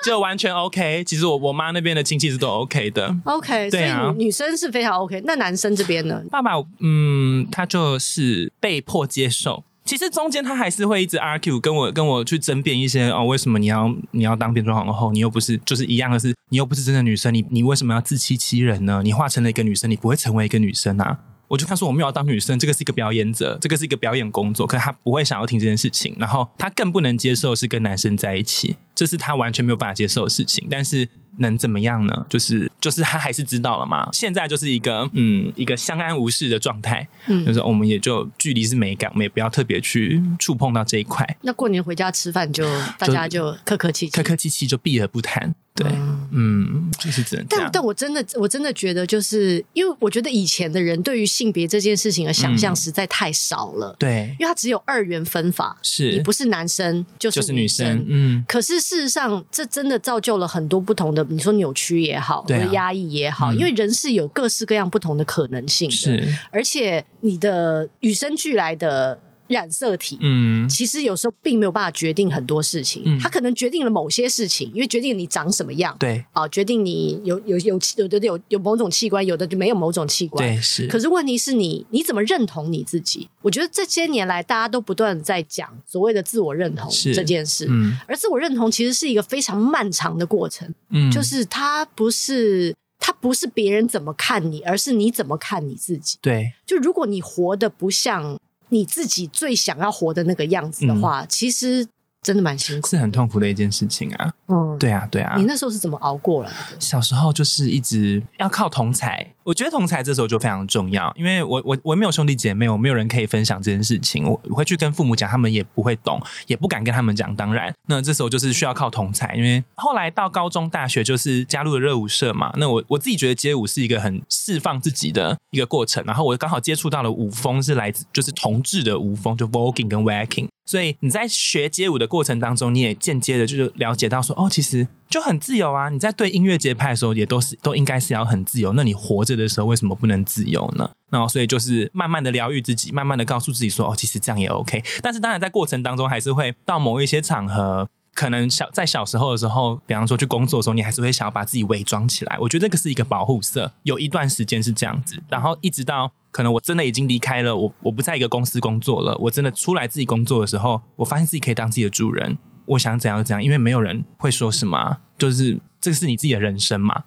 Speaker 2: 就完全 OK，其实我我妈那边的亲戚是都 OK 的。
Speaker 1: OK，、所
Speaker 2: 对啊
Speaker 1: 以女女生是非常 OK，那男生这边呢？
Speaker 2: 爸爸，嗯，他就是被迫接受。其实中间他还是会一直 argue，跟我跟我去争辩一些哦，为什么你要你要当变装皇后？你又不是就是一样的是，你又不是真的女生，你你为什么要自欺欺人呢？你化成了一个女生，你不会成为一个女生啊！我就看说我没有要当女生，这个是一个表演者，这个是一个表演工作，可是他不会想要听这件事情，然后他更不能接受是跟男生在一起，这是他完全没有办法接受的事情。但是能怎么样呢？就是就是他还是知道了嘛，现在就是一个嗯一个相安无事的状态，
Speaker 1: 嗯
Speaker 2: 就是我们也就距离是美感，我们也不要特别去触碰到这一块，
Speaker 1: 那过年回家吃饭就大家就客客气气
Speaker 2: 客。客气气就避而不谈。对，
Speaker 1: 嗯
Speaker 2: 嗯，就是只能这
Speaker 1: 但
Speaker 2: 样。
Speaker 1: 但我真的我真的觉得，就是因为我觉得以前的人对于性别这件事情的想象
Speaker 2: 嗯
Speaker 1: 实在太少了，
Speaker 2: 对，
Speaker 1: 因为它只有二元分法，
Speaker 2: 是
Speaker 1: 你不是男生就是
Speaker 2: 就是
Speaker 1: 女
Speaker 2: 女生，嗯，
Speaker 1: 可是事实上，这真的造就了很多不同的，你说扭曲也好，
Speaker 2: 对啊
Speaker 1: 或者压抑也好，
Speaker 2: 嗯
Speaker 1: 因为人是有各式各样不同的可能性的，
Speaker 2: 是，
Speaker 1: 而且你的与生俱来的染色体。
Speaker 2: 嗯，
Speaker 1: 其实有时候并没有办法决定很多事情，
Speaker 2: 嗯
Speaker 1: 它可能决定了某些事情，因为决定你长什么样，
Speaker 2: 对，
Speaker 1: 啊、决定你有有有有的有有某种器官，有的就没有某种器官。
Speaker 2: 对，是，
Speaker 1: 可是问题是你你怎么认同你自己？我觉得这些年来大家都不断地在讲所谓的自我认同
Speaker 2: 是
Speaker 1: 这件事，
Speaker 2: 嗯
Speaker 1: 而自我认同其实是一个非常漫长的过程，
Speaker 2: 嗯，
Speaker 1: 就是它不是它不是别人怎么看你，而是你怎么看你自己。
Speaker 2: 对，
Speaker 1: 就如果你活得不像你自己最想要活的那个样子的话，其实真的蛮辛苦。
Speaker 2: 嗯是很痛苦的一件事情啊。
Speaker 1: 嗯，
Speaker 2: 对啊，对啊
Speaker 1: 你。那时候是怎么熬过来的？
Speaker 2: 小时候就是一直要靠同才，我觉得同才这时候就非常重要，因为我我我没有兄弟姐妹，我没有人可以分享这件事情，我我会去跟父母讲，他们也不会懂，也不敢跟他们讲。当然，那这时候就是需要靠同才，因为后来到高中、大学就是加入了热舞社嘛。那我我自己觉得街舞是一个很释放自己的一个过程，然后我刚好接触到了舞风是来自就是同志的舞风，就 voguing 跟 wacking。所以你在学街舞的过程当中，你也间接的就是了解到说，哦，其实就很自由啊。你在对音乐节拍的时候，也都是都应该是要很自由。那你活着的时候，为什么不能自由呢？然后所以就是慢慢的疗愈自己，慢慢的告诉自己说，哦，其实这样也 OK。但是当然在过程当中，还是会到某一些场合。可能小在小时候的时候，比方说去工作的时候，你还是会想要把自己伪装起来。我觉得这个是一个保护色，有一段时间是这样子，然后一直到可能我真的已经离开了，我我不在一个公司工作了，我真的出来自己工作的时候，我发现自己可以当自己的主人，我想怎样就怎样，因为没有人会说什么啊、就是这个是你自己的人生嘛，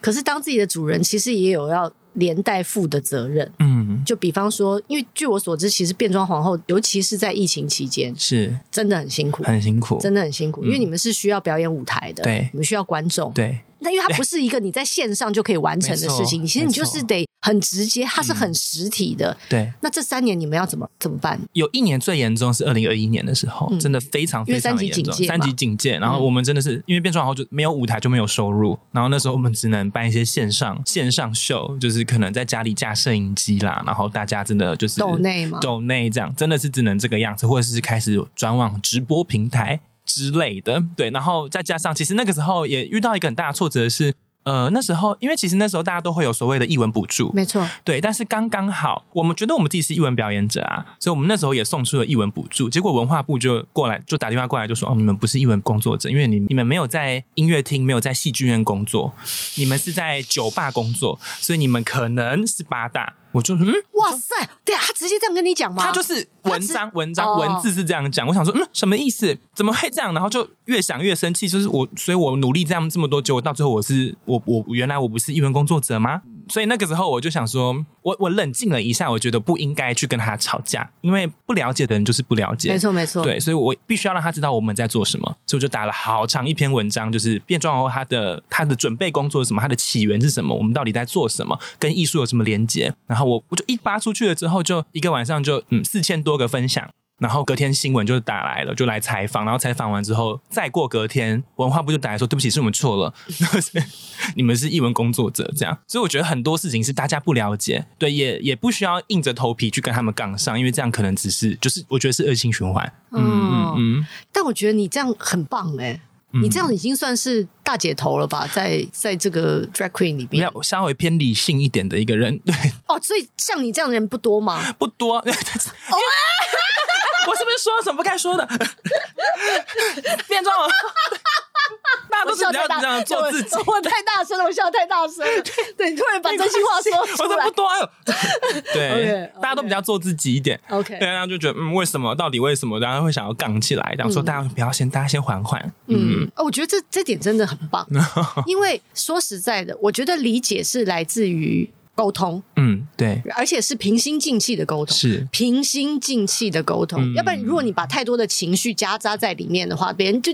Speaker 1: 可是当自己的主人，其实也有要连带负的责任。
Speaker 2: 嗯，
Speaker 1: 就比方说，因为据我所知，其实变装皇后，尤其是在疫情期间，
Speaker 2: 是
Speaker 1: 真的很辛苦，
Speaker 2: 很辛苦，嗯
Speaker 1: 真的很辛苦，因为你们是需要表演舞台的，
Speaker 2: 对
Speaker 1: 你们需要观众，
Speaker 2: 对，
Speaker 1: 那因为它不是一个你在线上就可以完成的事情，
Speaker 2: 没错
Speaker 1: 其实你就是得很直接，它是
Speaker 2: 嗯
Speaker 1: 很实体的。
Speaker 2: 对。
Speaker 1: 那这三年你们要怎么怎么办？
Speaker 2: 有一年最严重是二零二一年的时候，
Speaker 1: 嗯
Speaker 2: 真的非常
Speaker 1: 因为
Speaker 2: 非常
Speaker 1: 三
Speaker 2: 的
Speaker 1: 级
Speaker 2: 严
Speaker 1: 警
Speaker 2: 重，
Speaker 1: 戒嘛嗯
Speaker 2: 三级警戒。然后我们真的是、因为变装皇后就没有舞台就没有收入，然后那时候我们只能办一些线上线上秀，就是可能在家里架摄影机啦，然后大家真的就是
Speaker 1: 抖内吗？
Speaker 2: 抖内这样，真的是只能这个样子，或者是开始转往直播平台之类的。对，然后再加上，其实那个时候也遇到一个很大的挫折是，呃，那时候因为其实那时候大家都会有所谓的译文补助，
Speaker 1: 没错，
Speaker 2: 对，但是刚刚好，我们觉得我们自己是译文表演者啊，所以我们那时候也送出了译文补助，结果文化部就过来，就打电话过来就说，哦，你们不是译文工作者，因为你你们没有在音乐厅，没有在戏剧院工作，你们是在酒吧工作，所以你们可能是八大。我就嗯，
Speaker 1: 哇塞，对啊，他直接这样跟你讲吗？
Speaker 2: 他就是文章，文
Speaker 1: 哦
Speaker 2: 章文字是这样讲。我想说，嗯，什么意思？怎么会这样？然后就越想越生气，就是我，所以我努力这样这么多，结果到最后我是我我原来我不是艺文工作者吗？所以那个时候我就想说，我我冷静了一下，我觉得不应该去跟他吵架，因为不了解的人就是不了解，
Speaker 1: 没错没错，
Speaker 2: 对，所以我必须要让他知道我们在做什么，所以我就打了好长一篇文章，就是变装后它的它的准备工作是什么，它的起源是什么，我们到底在做什么，跟艺术有什么连接。然后我我就一发出去了之后，就一个晚上就嗯四千多个分享。然后隔天新闻就打来了，就来采访，然后采访完之后，再过隔天文化部就打来说：“对不起，是我们错了， 你们是译文工作者，这样。”所以我觉得很多事情是大家不了解，对，也也不需要硬着头皮去跟他们杠上，因为这样可能只是就是我觉得是恶性循环。
Speaker 1: 嗯
Speaker 2: 嗯嗯
Speaker 1: 但我觉得你这样很棒哎、
Speaker 2: 嗯
Speaker 1: 你这样已经算是大姐头了吧，在在这个 drag queen 里
Speaker 2: 比
Speaker 1: 边
Speaker 2: 较稍微偏理性一点的一个 人，对，
Speaker 1: 哦，所以像你这样的人不多吗？
Speaker 2: 不 多。因为我是不是说了什么不该说的？ 变装 王，大家
Speaker 1: 我
Speaker 2: 都是
Speaker 1: 笑
Speaker 2: 比较
Speaker 1: 太大，
Speaker 2: 这样做自己
Speaker 1: 我。我太大声了，我笑太大声 了。对，你突然把真心话说
Speaker 2: 我
Speaker 1: 出
Speaker 2: 说
Speaker 1: 来
Speaker 2: 不。多，哎呦 对
Speaker 1: OK，OK
Speaker 2: 大家都比较做自己一点。
Speaker 1: OK，
Speaker 2: 对，然后就觉得嗯，为什么？到底为什么？然后会想要杠起来，然后说
Speaker 1: 嗯
Speaker 2: 大家不要先，大家先缓缓。嗯，
Speaker 1: 嗯，哦我觉得这这点真的很 棒，因为说实在的，我觉得理解是来自于沟通，
Speaker 2: 嗯，对，
Speaker 1: 而且是平心静气的沟通。
Speaker 2: 是，
Speaker 1: 平心静气的沟通，
Speaker 2: 嗯
Speaker 1: 要不然如果你把太多的情绪夹杂在里面的话，别人就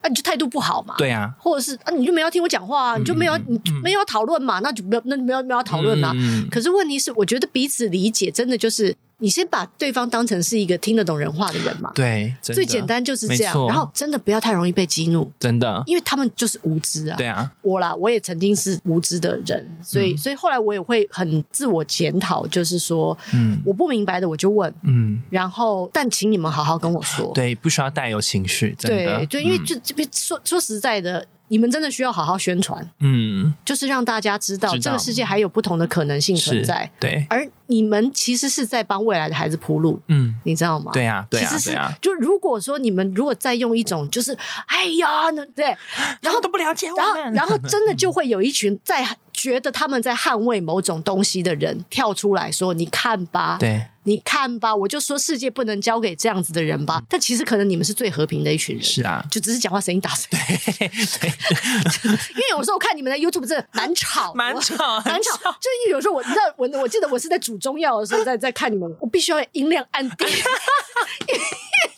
Speaker 1: 啊你就态度不好嘛，，
Speaker 2: 对啊，
Speaker 1: 或者是啊你就没有要听我讲话啊，你就没有
Speaker 2: 嗯
Speaker 1: 你就没有要讨论嘛，那就没有那就没有没有要讨论啊啦。
Speaker 2: 嗯
Speaker 1: 可是问题是，我觉得彼此理解真的就是你先把对方当成是一个听得懂人话的人嘛，
Speaker 2: 对，真的
Speaker 1: 最简，单就是这样
Speaker 2: 没。错
Speaker 1: 然后真的不要太容易被激怒，
Speaker 2: 真的，
Speaker 1: 因为他们就是无知啊。
Speaker 2: 对啊，
Speaker 1: 我啦，我也曾经是无知的人，所以、
Speaker 2: 嗯
Speaker 1: 所以后来我也会很自我检讨，就是说
Speaker 2: 嗯
Speaker 1: 我不明白的我就问，
Speaker 2: 嗯。
Speaker 1: 然后但请你们好好跟我说。
Speaker 2: 对，不需要带有情绪，真的。
Speaker 1: 对对，因为
Speaker 2: 嗯
Speaker 1: 就这边说说实在的，你们真的需要好好宣传，
Speaker 2: 嗯
Speaker 1: 就是让大家知道
Speaker 2: 知道
Speaker 1: 这个世界还有不同的可能性存
Speaker 2: 是
Speaker 1: 在，
Speaker 2: 对，
Speaker 1: 而你们其实是在帮未来的孩子铺路，
Speaker 2: 嗯，
Speaker 1: 你知道吗？
Speaker 2: 对啊，对
Speaker 1: 其
Speaker 2: 啊
Speaker 1: 实，是
Speaker 2: 对啊，
Speaker 1: 就如果说你们如果再用一种就是哎呀，那对，然后
Speaker 2: 不了解
Speaker 1: 然后，然后真 的就会有一群在觉得他们在捍卫某种东西的人跳出来说：“你看吧，
Speaker 2: 对，
Speaker 1: 你看吧，我就说世界不能交给这样子的人吧。但其实可能你们是最和平的一群人，
Speaker 2: 嗯是啊，
Speaker 1: 就只是讲话声音大声。 因为有时候我看你们的 YouTube 真的难吵，
Speaker 2: 蛮吵，
Speaker 1: 难吵，就是有时候我，你知道，我我记得我是在煮中药的时候在在看你们，我必须要音量按 低，因为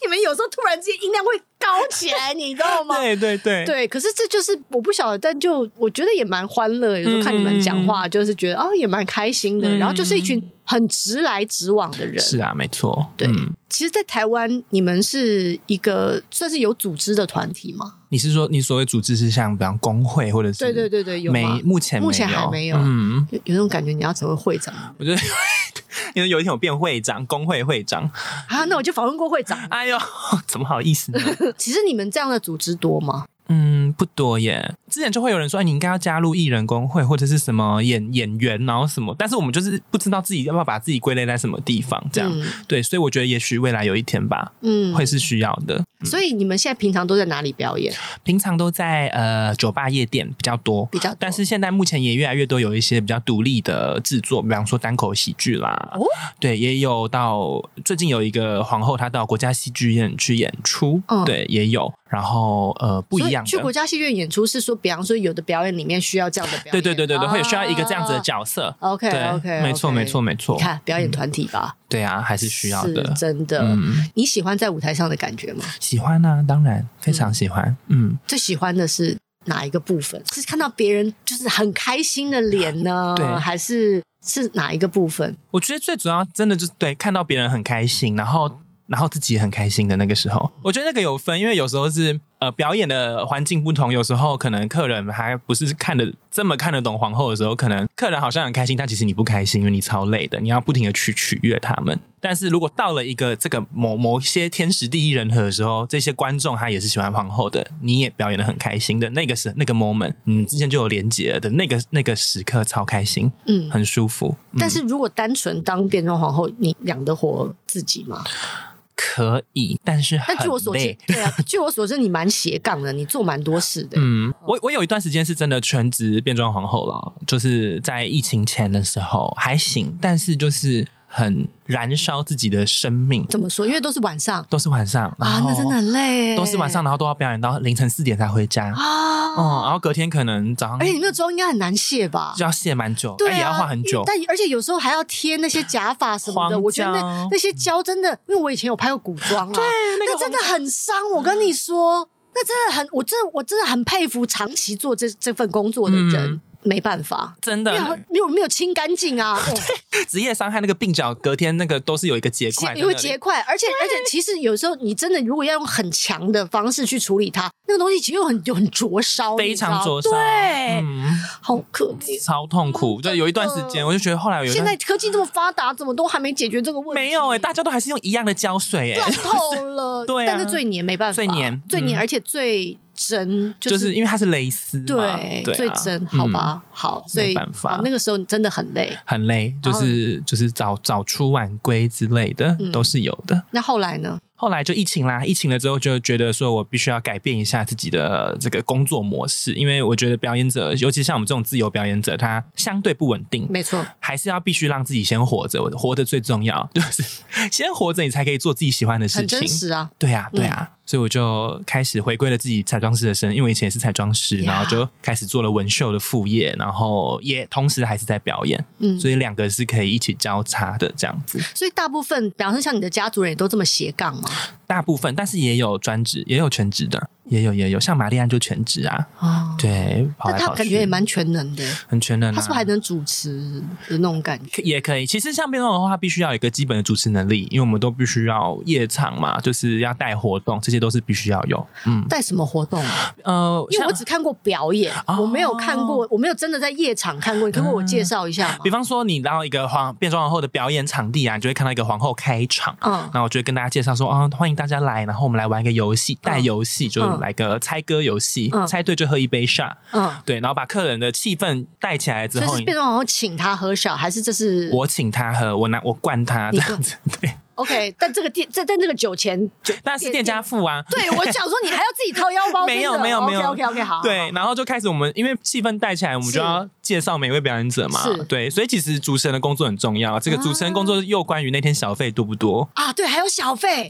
Speaker 1: 你们有时候突然之间音量会高起来，你知道吗？
Speaker 2: 对对对，
Speaker 1: 对，可是这就是我不晓得，但就我觉得也蛮欢乐。有时候看你们讲话，就是觉得哦，也蛮开心的。
Speaker 2: 嗯
Speaker 1: 然后就是一群很直来直往的人。
Speaker 2: 是啊，没错，
Speaker 1: 对
Speaker 2: 嗯
Speaker 1: 其实，在台湾，你们是一个算是有组织的团体吗？
Speaker 2: 你是说你所谓组织是像，比方工会或者是
Speaker 1: 对对对对，有吗
Speaker 2: 没？目前
Speaker 1: 目前
Speaker 2: 没有
Speaker 1: 还没有
Speaker 2: 嗯，
Speaker 1: 有有种感觉，你要成为会长啊？
Speaker 2: 我觉得 因为有一天我变会长，工会会长，
Speaker 1: 啊那我就访问过会长。
Speaker 2: 哎呦， 怎么好意思呢？
Speaker 1: 其实你们这样的组织多吗？
Speaker 2: 嗯，不多耶。之前就会有人说，哎你应该要加入艺人工会或者是什么演演员，然后什么，但是我们就是不知道自己要不要把自己归类在什么地方，这样、对。所以我觉得也许未来有一天吧，
Speaker 1: 嗯，
Speaker 2: 会
Speaker 1: 嗯。
Speaker 2: 是需要的。
Speaker 1: 所以你们现在平常都在哪里表演？
Speaker 2: 平常都在呃酒吧夜店比较多。
Speaker 1: 比较多
Speaker 2: 但是现在目前也越来越多有一些比较独立的制作，比方说单口喜剧啦，
Speaker 1: 哦
Speaker 2: 对，也有到最近有一个皇后，她到国家戏剧院去演出，
Speaker 1: 嗯
Speaker 2: 对，也有。然后呃，不
Speaker 1: 所
Speaker 2: 一
Speaker 1: 以
Speaker 2: 样的，
Speaker 1: 去国家戏剧院演出是说比方说有的表演里面需要这样的表演，
Speaker 2: 对对对对对，会有需要一个这样子的
Speaker 1: 啊
Speaker 2: 角色。
Speaker 1: OK
Speaker 2: 对
Speaker 1: OK，
Speaker 2: 没错没错。没错
Speaker 1: 你，看表演团体吧，
Speaker 2: 对啊，还嗯是需要的
Speaker 1: 是。真的。
Speaker 2: 嗯，
Speaker 1: 你喜欢在舞台上的感觉吗？
Speaker 2: 喜欢啊，当然非常喜欢。嗯，
Speaker 1: 最喜欢的是哪一个部分？是看到别人就是很开心的脸呢
Speaker 2: 对，嗯
Speaker 1: 还是是哪一个部分？
Speaker 2: 我觉得最主要真的就是对看到别人很开心，然后然后自己也很开心的那个时候，我觉得那个有分，因为有时候是呃表演的环境不同，有时候可能客人还不是看得这么看得懂皇后的时候，可能客人好像很开心，但其实你不开心，因为你超累的，你要不停的去取悦他们。但是如果到了一个这个某某些天时地利人和的时候，这些观众他也是喜欢皇后的，你也表演的很开心的，那个是那个 moment，嗯，之前就有连接了的那个那个时刻超开心，
Speaker 1: 嗯。
Speaker 2: 很舒服。嗯
Speaker 1: 但是如果单纯当变装皇后，你养得活自己吗？
Speaker 2: 可以，但是很
Speaker 1: 但据我所知
Speaker 2: 累。，
Speaker 1: 对啊，据我所知，你蛮斜杠的，你做蛮多事的。
Speaker 2: 嗯，我我有一段时间是真的全职变装皇后了，就是在疫情前的时候还行，但是就是很燃烧自己的生命，
Speaker 1: 怎么说？因为都是晚上
Speaker 2: 都是晚上
Speaker 1: 啊，那真的很累耶。
Speaker 2: 哦都是晚上，然后都要表演到凌晨四点才回家，
Speaker 1: 啊。
Speaker 2: 哦、然后隔天可能早上
Speaker 1: 而且你那个妆应该很难卸吧？
Speaker 2: 就要卸蛮久，
Speaker 1: 对
Speaker 2: 哎
Speaker 1: 啊，
Speaker 2: 也要画很久
Speaker 1: 因为，但而且有时候还要贴那些假发什么的，
Speaker 2: 黄
Speaker 1: 我觉得那
Speaker 2: 胶
Speaker 1: 那些胶真的，因为我以前有拍过古装啊，对，
Speaker 2: 那个
Speaker 1: 真的很伤。我跟你说，那真的很，我真的我真的很佩服长期做这这份工作的人，
Speaker 2: 嗯
Speaker 1: 没办法。
Speaker 2: 真
Speaker 1: 因为
Speaker 2: 的
Speaker 1: 没有没有清干净 啊，哦
Speaker 2: 职业伤害那个鬓角，隔天那个都是有一个结块在那里，
Speaker 1: 因为结块，而且而且其实有时候你真的如果要用很强的方式去处理它，那个东西其实又很又很灼烧，
Speaker 2: 非
Speaker 1: 你
Speaker 2: 常
Speaker 1: 知道
Speaker 2: 灼伤，
Speaker 1: 对，嗯
Speaker 2: 嗯，
Speaker 1: 好可怜。
Speaker 2: 超痛苦。就有一段时间，我就觉得后来有一段
Speaker 1: 现在科技这么发达，怎么都还没解决这个问题？啊
Speaker 2: 没有哎、大家都还是用一样的胶水哎、
Speaker 1: 烂透了。
Speaker 2: 对啊
Speaker 1: 但是最黏没办法，
Speaker 2: 最黏
Speaker 1: 最黏，
Speaker 2: 嗯
Speaker 1: 而且最真，
Speaker 2: 就是、
Speaker 1: 是
Speaker 2: 因为它是蕾丝嘛，
Speaker 1: 对
Speaker 2: 对啊、
Speaker 1: 最真，好吧，好，所以
Speaker 2: 没办法
Speaker 1: 啊那个时候你真的很累
Speaker 2: 嗯。。很累，就是就是早早出晚归之类的、
Speaker 1: 嗯
Speaker 2: 都是有的。
Speaker 1: 那后来呢？
Speaker 2: 后来就疫情啦，疫情了之后就觉得说我必须要改变一下自己的呃这个工作模式，因为我觉得表演者，尤其像我们这种自由表演者，他相对不稳定，
Speaker 1: 没错，
Speaker 2: 还是要必须让自己先活着，活着最重要， 就是先活着你才可以做自己喜欢的事
Speaker 1: 很真
Speaker 2: 情。
Speaker 1: 实啊。
Speaker 2: 对啊，对啊，所以我就开始回归了自己彩妆师的身，因为我以前也是彩妆师，
Speaker 1: 呀
Speaker 2: 然后就开始做了纹绣的副业，然后也同时还是在表演，
Speaker 1: 嗯，
Speaker 2: 所以两个是可以一起交叉的这样子。
Speaker 1: 所以大部分，比方说像你的家族人也都这么斜杠嘛。
Speaker 2: 大部分，但是也有专职，也有全职的，也有也有，像玛丽安就全职啊，
Speaker 1: 哦，
Speaker 2: 对，跑
Speaker 1: 那
Speaker 2: 来
Speaker 1: 他
Speaker 2: 跑去，
Speaker 1: 感觉也蛮全能的，
Speaker 2: 很全能、啊。
Speaker 1: 他是不是还能主持的那种感觉？
Speaker 2: 可也可以。其实像变动的话，它必须要有一个基本的主持能力，因为我们都必须要夜场嘛，就是要带活动，这些都是必须要有。嗯，
Speaker 1: 带什么活动啊？
Speaker 2: 呃，
Speaker 1: 因为
Speaker 2: 像
Speaker 1: 我只看过表演，
Speaker 2: 哦嗯
Speaker 1: 我没有看过，我没有真的在夜场看过。你可以为我介绍一下吗
Speaker 2: 比？方说，你到一个皇变装皇后的表演场地啊，你就会看到一个皇后开场。
Speaker 1: 嗯，
Speaker 2: 那我就会跟大家介绍说，啊、欢迎大家来，然后我们来玩一个游戏，带游戏，就是来个猜歌游戏，
Speaker 1: 嗯
Speaker 2: 猜对就喝一杯 shot，
Speaker 1: 嗯，
Speaker 2: 对，然后把客人的气氛带起来之
Speaker 1: 所以
Speaker 2: 后，
Speaker 1: 是
Speaker 2: 你
Speaker 1: 变装皇后请他喝小，还是这是
Speaker 2: 我请他喝，我拿我灌他
Speaker 1: 你
Speaker 2: 这
Speaker 1: 灌
Speaker 2: 样子， 对，
Speaker 1: OK？但这个店在在那个酒钱，
Speaker 2: 但是店家付啊，
Speaker 1: 对我想说你还要自己掏腰包， 哦
Speaker 2: 没有没有没有
Speaker 1: OK OK 好，好，
Speaker 2: 对，然后就开始我们因为气氛带起来，我们
Speaker 1: 是
Speaker 2: 就要介绍每位表演者嘛
Speaker 1: 是，
Speaker 2: 对，所以其实主持人的工作很重要，这个主持人工作又关于那天小费多不多，
Speaker 1: 啊，对，还有小费，哎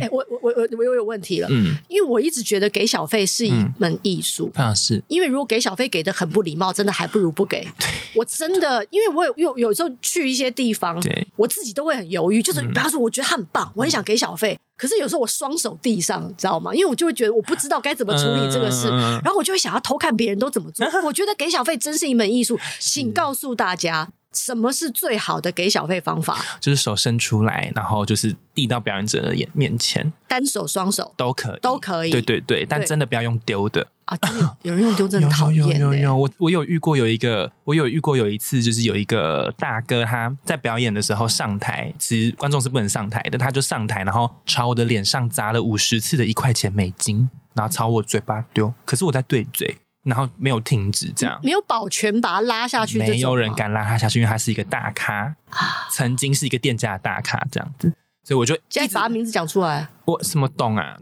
Speaker 2: 对，，
Speaker 1: 我我我我我又有问题了，
Speaker 2: 嗯，
Speaker 1: 因为我一直觉得给小费是一门艺术，
Speaker 2: 好像是，
Speaker 1: 因为如果给小费给的很不礼貌，真的还不如不 给。我真的，因为我有有有时候去一些地方
Speaker 2: 对，嗯
Speaker 1: 我自己都会很犹豫，就是比方说，我觉得他很棒，我很想给小费，可是有时候我双手递上，你知道吗？因为我就会觉得我不知道该怎么处理这个事，
Speaker 2: 嗯嗯嗯嗯
Speaker 1: 然后我就会想要偷看别人都怎么 做。我觉得给小费真是一门艺术，请告诉大家。什么是最好的给小费方法？
Speaker 2: 就是手伸出来，然后就是递到表演者的眼面前
Speaker 1: 单手、双手
Speaker 2: 都可以，
Speaker 1: 都可以
Speaker 2: 对对对，但
Speaker 1: 对
Speaker 2: 真的不要用丢的。
Speaker 1: 啊！真的有人用丢，真的
Speaker 2: 有
Speaker 1: 讨
Speaker 2: 有
Speaker 1: 厌、欸。
Speaker 2: 有有有，我我有遇过有一个，我有遇过有一次，就是有一个大哥他在表演的时候上台，其实观众是不能上台的，他就上台，然后朝我的脸上砸了五十次的一块钱美金，然后朝我嘴巴丢，可是我在对嘴，然后没有停止这样。
Speaker 1: 没有保全把他拉下去，
Speaker 2: 没有人。敢拉他下去，因为他是一个大咖，曾经是一个店家的大咖这样子，所以我就
Speaker 1: 现
Speaker 2: 一
Speaker 1: 在
Speaker 2: 直
Speaker 1: 把他名字讲出来，
Speaker 2: 我什么懂啊，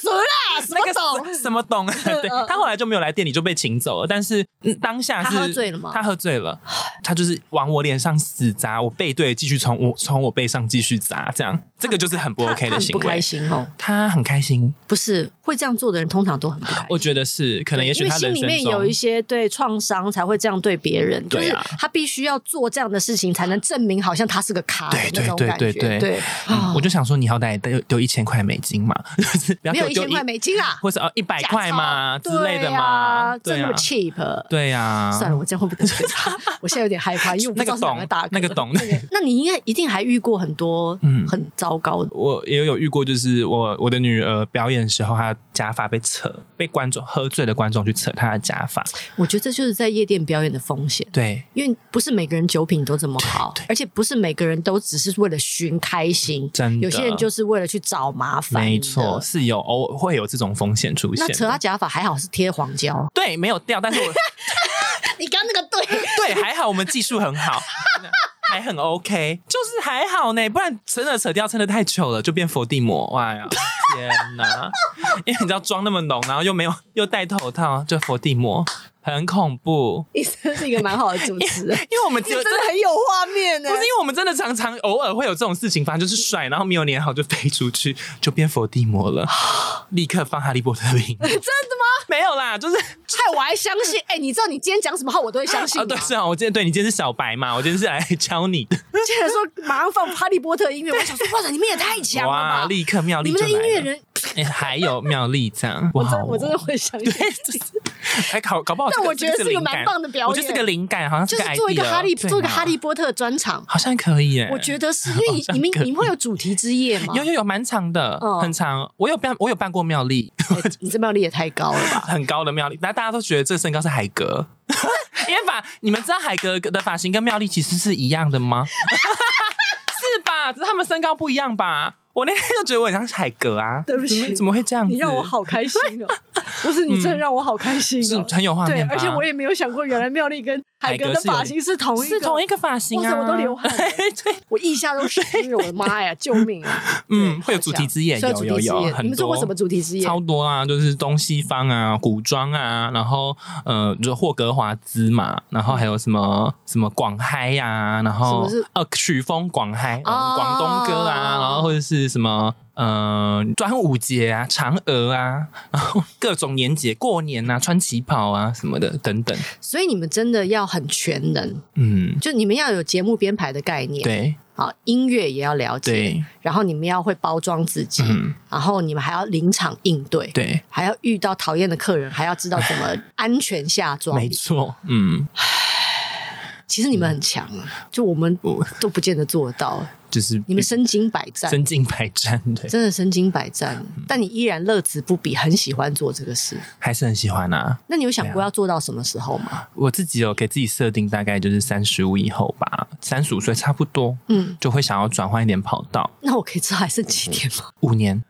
Speaker 1: 死啦，什
Speaker 2: 那
Speaker 1: 么
Speaker 2: 个
Speaker 1: 懂？
Speaker 2: 什么懂啊？对
Speaker 1: 嗯嗯
Speaker 2: 他后来就没有来店里，就被请走了。但是、嗯当下是
Speaker 1: 他喝醉了吗
Speaker 2: 他喝醉了，他就是往我脸上死砸，我背对继续从我从我背上继续砸，这样这个就是很不
Speaker 1: 他
Speaker 2: OK
Speaker 1: 他
Speaker 2: 的
Speaker 1: 很
Speaker 2: 行
Speaker 1: 不开
Speaker 2: 为。
Speaker 1: 心哦。
Speaker 2: 他很开心，
Speaker 1: 不是，会这样做的人通常都很不开心。
Speaker 2: 我觉得是，可能也许
Speaker 1: 因为
Speaker 2: 他
Speaker 1: 心
Speaker 2: 人
Speaker 1: 里
Speaker 2: 生
Speaker 1: 面
Speaker 2: 中
Speaker 1: 有一些对创伤才会这样对别人，就
Speaker 2: 对
Speaker 1: 是
Speaker 2: 啊
Speaker 1: 他必须要做这样的事情才能证明好像他是个咖的
Speaker 2: 对
Speaker 1: 那
Speaker 2: 对
Speaker 1: 种
Speaker 2: 对
Speaker 1: 感觉。
Speaker 2: 对对
Speaker 1: 啊
Speaker 2: 嗯我就想说，你好歹也丢丢一千块美金嘛， 就是不要
Speaker 1: 没
Speaker 2: 给
Speaker 1: 有
Speaker 2: 我
Speaker 1: 一
Speaker 2: 丢
Speaker 1: 千块美金啦，
Speaker 2: 或者哦一百
Speaker 1: 假
Speaker 2: 块
Speaker 1: 钞
Speaker 2: 嘛之类的
Speaker 1: 对
Speaker 2: 嘛，
Speaker 1: 啊
Speaker 2: 对
Speaker 1: 这
Speaker 2: 呀
Speaker 1: 么，cheap。
Speaker 2: 对啊呀，
Speaker 1: 算了，我这样会不会得罪他？ 我现在有点害怕，因为我不
Speaker 2: 那
Speaker 1: 知道
Speaker 2: 个
Speaker 1: 是哪
Speaker 2: 懂
Speaker 1: 个大哥。
Speaker 2: 那个懂。
Speaker 1: 那你应该一定还遇过很多
Speaker 2: 嗯
Speaker 1: 很糟糕的，
Speaker 2: 我也有遇过，就是我我的女儿呃表演的时候，她的假发被扯，被观众喝醉的观众去扯她的假发。
Speaker 1: 我觉得这就是在夜店表演的风险。
Speaker 2: 对，
Speaker 1: 因为不是每个人酒品都这么好，而且不是每个人都只是为了寻开心，
Speaker 2: 真的
Speaker 1: 有些人就是为了去找麻烦。
Speaker 2: 没错，，是有偶会有这种风险出现
Speaker 1: 那
Speaker 2: 的。，
Speaker 1: 扯他假发还好是贴黄胶
Speaker 2: 对没有掉，但是我
Speaker 1: 你刚那个对，
Speaker 2: 对还好我们技术很好， 还很 OK，就是还好呢，不然真的扯掉撑的太久了，就变佛地魔哇呀！天哪， 因为你知道妆那么浓，然后又没有又戴头套，就佛地魔很恐 怖。
Speaker 1: 你真是一个蛮好的主持人，
Speaker 2: 因为我 们
Speaker 1: 你
Speaker 2: 只有
Speaker 1: 真的很有画面欸呢
Speaker 2: 不是因为我们真的常常偶尔会有这种事情发生，就是甩，然后没有粘好就飞出去，就变伏地魔 了，立刻放哈利波特 的音。
Speaker 1: 真的吗？
Speaker 2: 没有啦， 就是
Speaker 1: 害我还相信，哎、你知道你今天讲什么话，我都会相信
Speaker 2: 啊，
Speaker 1: 你
Speaker 2: 对，
Speaker 1: 啊。
Speaker 2: 是啊，我今天对你今天是小白嘛，我今天是来教你的，
Speaker 1: 竟然说马上放《哈利波特》音乐，我想说，哇塞，你们也太强了
Speaker 2: 哇，
Speaker 1: 吧！
Speaker 2: 立刻妙
Speaker 1: 你
Speaker 2: 丽
Speaker 1: 们
Speaker 2: 就
Speaker 1: 的音乐
Speaker 2: 来了，
Speaker 1: 人，
Speaker 2: 哎还有妙丽这样，
Speaker 1: 我
Speaker 2: 哇
Speaker 1: 真
Speaker 2: 哦，
Speaker 1: 我真的会相信。
Speaker 2: 还搞搞不好这个，
Speaker 1: 但我觉得
Speaker 2: 这
Speaker 1: 是个
Speaker 2: 灵
Speaker 1: 蛮
Speaker 2: 感
Speaker 1: 棒的表
Speaker 2: 我觉得
Speaker 1: 演
Speaker 2: 这个灵感好像
Speaker 1: 就是是做一个
Speaker 2: idea，
Speaker 1: 哈利，
Speaker 2: 对
Speaker 1: 做一个
Speaker 2: 嘛
Speaker 1: 哈利波特专场，
Speaker 2: 好像可以耶，
Speaker 1: 我觉得是因为你你们你们会有主题之夜吗？
Speaker 2: 有有有蛮长的，
Speaker 1: 嗯
Speaker 2: 很长，我有办我有办过妙丽，
Speaker 1: 哎你这妙力也太高了吧！
Speaker 2: 很高的妙丽，那大家都觉得这身高是海 格，因为发你们知道海格的发型跟妙丽其实是一样的 吗？是吧？只是他们身高不一样吧？我那天就觉得我很像海格啊，
Speaker 1: 对不起
Speaker 2: 怎么怎么会这样子？
Speaker 1: 你让我好开心 哦！不是你真的让我好开心
Speaker 2: 嗯是
Speaker 1: 哦！
Speaker 2: 很有画
Speaker 1: 对，
Speaker 2: 面吧，
Speaker 1: 而且我也没有想过，原来妙丽跟海哥的发型是同一个，
Speaker 2: 是同一个发型
Speaker 1: 哇
Speaker 2: 啊，
Speaker 1: 塞我都流汗
Speaker 2: 对，
Speaker 1: 我腋下都湿了，我的妈呀！救命啊！
Speaker 2: 嗯，
Speaker 1: 对
Speaker 2: 会有主题之夜，
Speaker 1: 所以
Speaker 2: 有
Speaker 1: 主
Speaker 2: 有
Speaker 1: 题之
Speaker 2: 有，
Speaker 1: 夜
Speaker 2: 很多
Speaker 1: 你们做过什么主题之夜？
Speaker 2: 超多啊，就是东西方啊，古装啊，然后呃，就是霍格华兹嘛，然后还有什么什么广嗨呀、然后
Speaker 1: 嗯什么是
Speaker 2: 呃曲风广嗨，
Speaker 1: 哦
Speaker 2: 广东歌啊，然后或者是什么。呃，端午节啊，嫦娥啊，然后各种年节，过年啊，穿旗袍啊什么的，等等。
Speaker 1: 所以你们真的要很全能，
Speaker 2: 嗯，
Speaker 1: 就你们要有节目编排的概念，
Speaker 2: 对
Speaker 1: 啊，音乐也要了解，
Speaker 2: 对，
Speaker 1: 然后你们要会包装自己，
Speaker 2: 嗯，
Speaker 1: 然后你们还要临场应对，
Speaker 2: 对，
Speaker 1: 还要遇到讨厌的客人，还要知道怎么安全下妆。
Speaker 2: 没错，嗯，
Speaker 1: 其实你们很强啊，就我们
Speaker 2: 我
Speaker 1: 都不见得做得到。
Speaker 2: 就是
Speaker 1: 你们身经百战，
Speaker 2: 身经百战，对，
Speaker 1: 真的身经百战，
Speaker 2: 嗯
Speaker 1: 但你依然乐此不疲，很喜欢做这个事。
Speaker 2: 还是很喜欢啊。
Speaker 1: 那你有想过
Speaker 2: 对啊
Speaker 1: 要做到什么时候 吗？
Speaker 2: 我自己有给自己设定，大概就是三十五以后吧，三十五岁差不多
Speaker 1: 嗯，
Speaker 2: 就会想要转换一点跑道。
Speaker 1: 那我可以知道还剩几天 吗？
Speaker 2: 五年，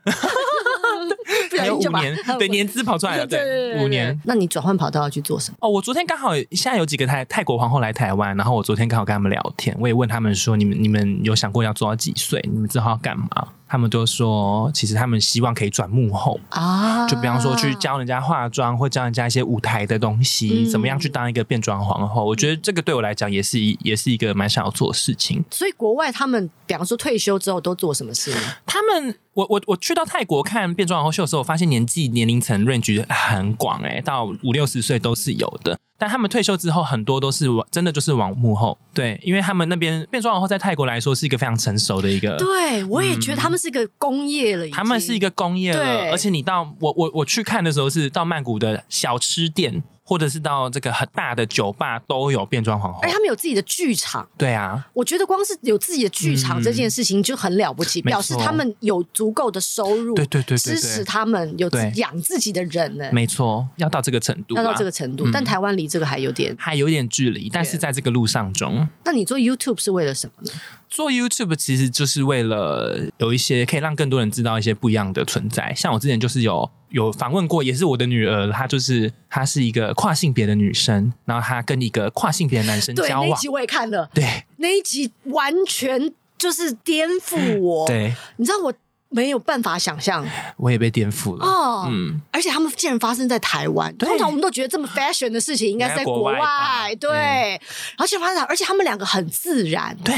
Speaker 1: 不小
Speaker 2: 还
Speaker 1: 心
Speaker 2: 有五
Speaker 1: 就把
Speaker 2: 年， 对，年资跑出来了，对，五年。。
Speaker 1: 那你转换跑道要去做什么？
Speaker 2: 哦，我昨天刚好现在有几个泰泰国皇后来台湾，然后我昨天刚好跟他们聊天，我也问他们说，你们你们有想过要做到几岁？你们之后要干嘛？他们都说，其实他们希望可以转幕后，
Speaker 1: 啊，
Speaker 2: 就比方说去教人家化妆，或教人家一些舞台的东西，
Speaker 1: 嗯
Speaker 2: 怎么样去当一个变装皇后。我觉得这个对我来讲也是一也是一个蛮想要做的事情。
Speaker 1: 所以国外他们，比方说退休之后都做什么事呢？
Speaker 2: 他们，我我我去到泰国看变装皇后秀的时候，我发现年纪年龄层 range 很广哎、到五六十岁都是有的。但他们退休之后，很多都是往真的就是往幕后，对，因为他们那边变装皇后在泰国来说是一个非常成熟的一个，
Speaker 1: 对，我也觉得他们是一个工业了已经，
Speaker 2: 嗯他们是一个工业了。
Speaker 1: 对
Speaker 2: 而且你到我我我去看的时候是到曼谷的小吃店，或者是到这个很大的酒吧都有变装皇后
Speaker 1: 而且，他们有自己的剧场。
Speaker 2: 对啊，
Speaker 1: 我觉得光是有自己的剧场
Speaker 2: 嗯
Speaker 1: 这件事情就很了不起，
Speaker 2: 没错
Speaker 1: 表示他们有足够的收入，
Speaker 2: 对对对对
Speaker 1: 支持
Speaker 2: 对，
Speaker 1: 他们有自
Speaker 2: 对
Speaker 1: 养自己的人呢、
Speaker 2: 没错，要到这个程度吧，
Speaker 1: 要到这个程度。
Speaker 2: 嗯
Speaker 1: 但台湾离这个还有点。
Speaker 2: 还有点距离，但是
Speaker 1: 对
Speaker 2: 在这个路上中。
Speaker 1: 那你做 YouTube 是为了什么呢？
Speaker 2: 做 YouTube 其实就是为了有一些可以让更多人知道一些不一样的存在。像我之前就是有有访问过，也是我的女儿，她就是她是一个跨性别的女生，然后她跟一个跨性别的男生
Speaker 1: 对，
Speaker 2: 交
Speaker 1: 那一
Speaker 2: 往。
Speaker 1: 集我也看了，
Speaker 2: 对
Speaker 1: 那一集完全就是颠覆我。
Speaker 2: 对，
Speaker 1: 你知道我没有办法想象
Speaker 2: 我也被颠覆了。
Speaker 1: 哦。
Speaker 2: 嗯，
Speaker 1: 而且他们竟然发生在台湾，
Speaker 2: 对
Speaker 1: 通常我们都觉得这么 fashion 的事情应该是在国
Speaker 2: 应该国外吧
Speaker 1: 对。
Speaker 2: 嗯
Speaker 1: 然后现在发生在，而且他们两个很自然，
Speaker 2: 对，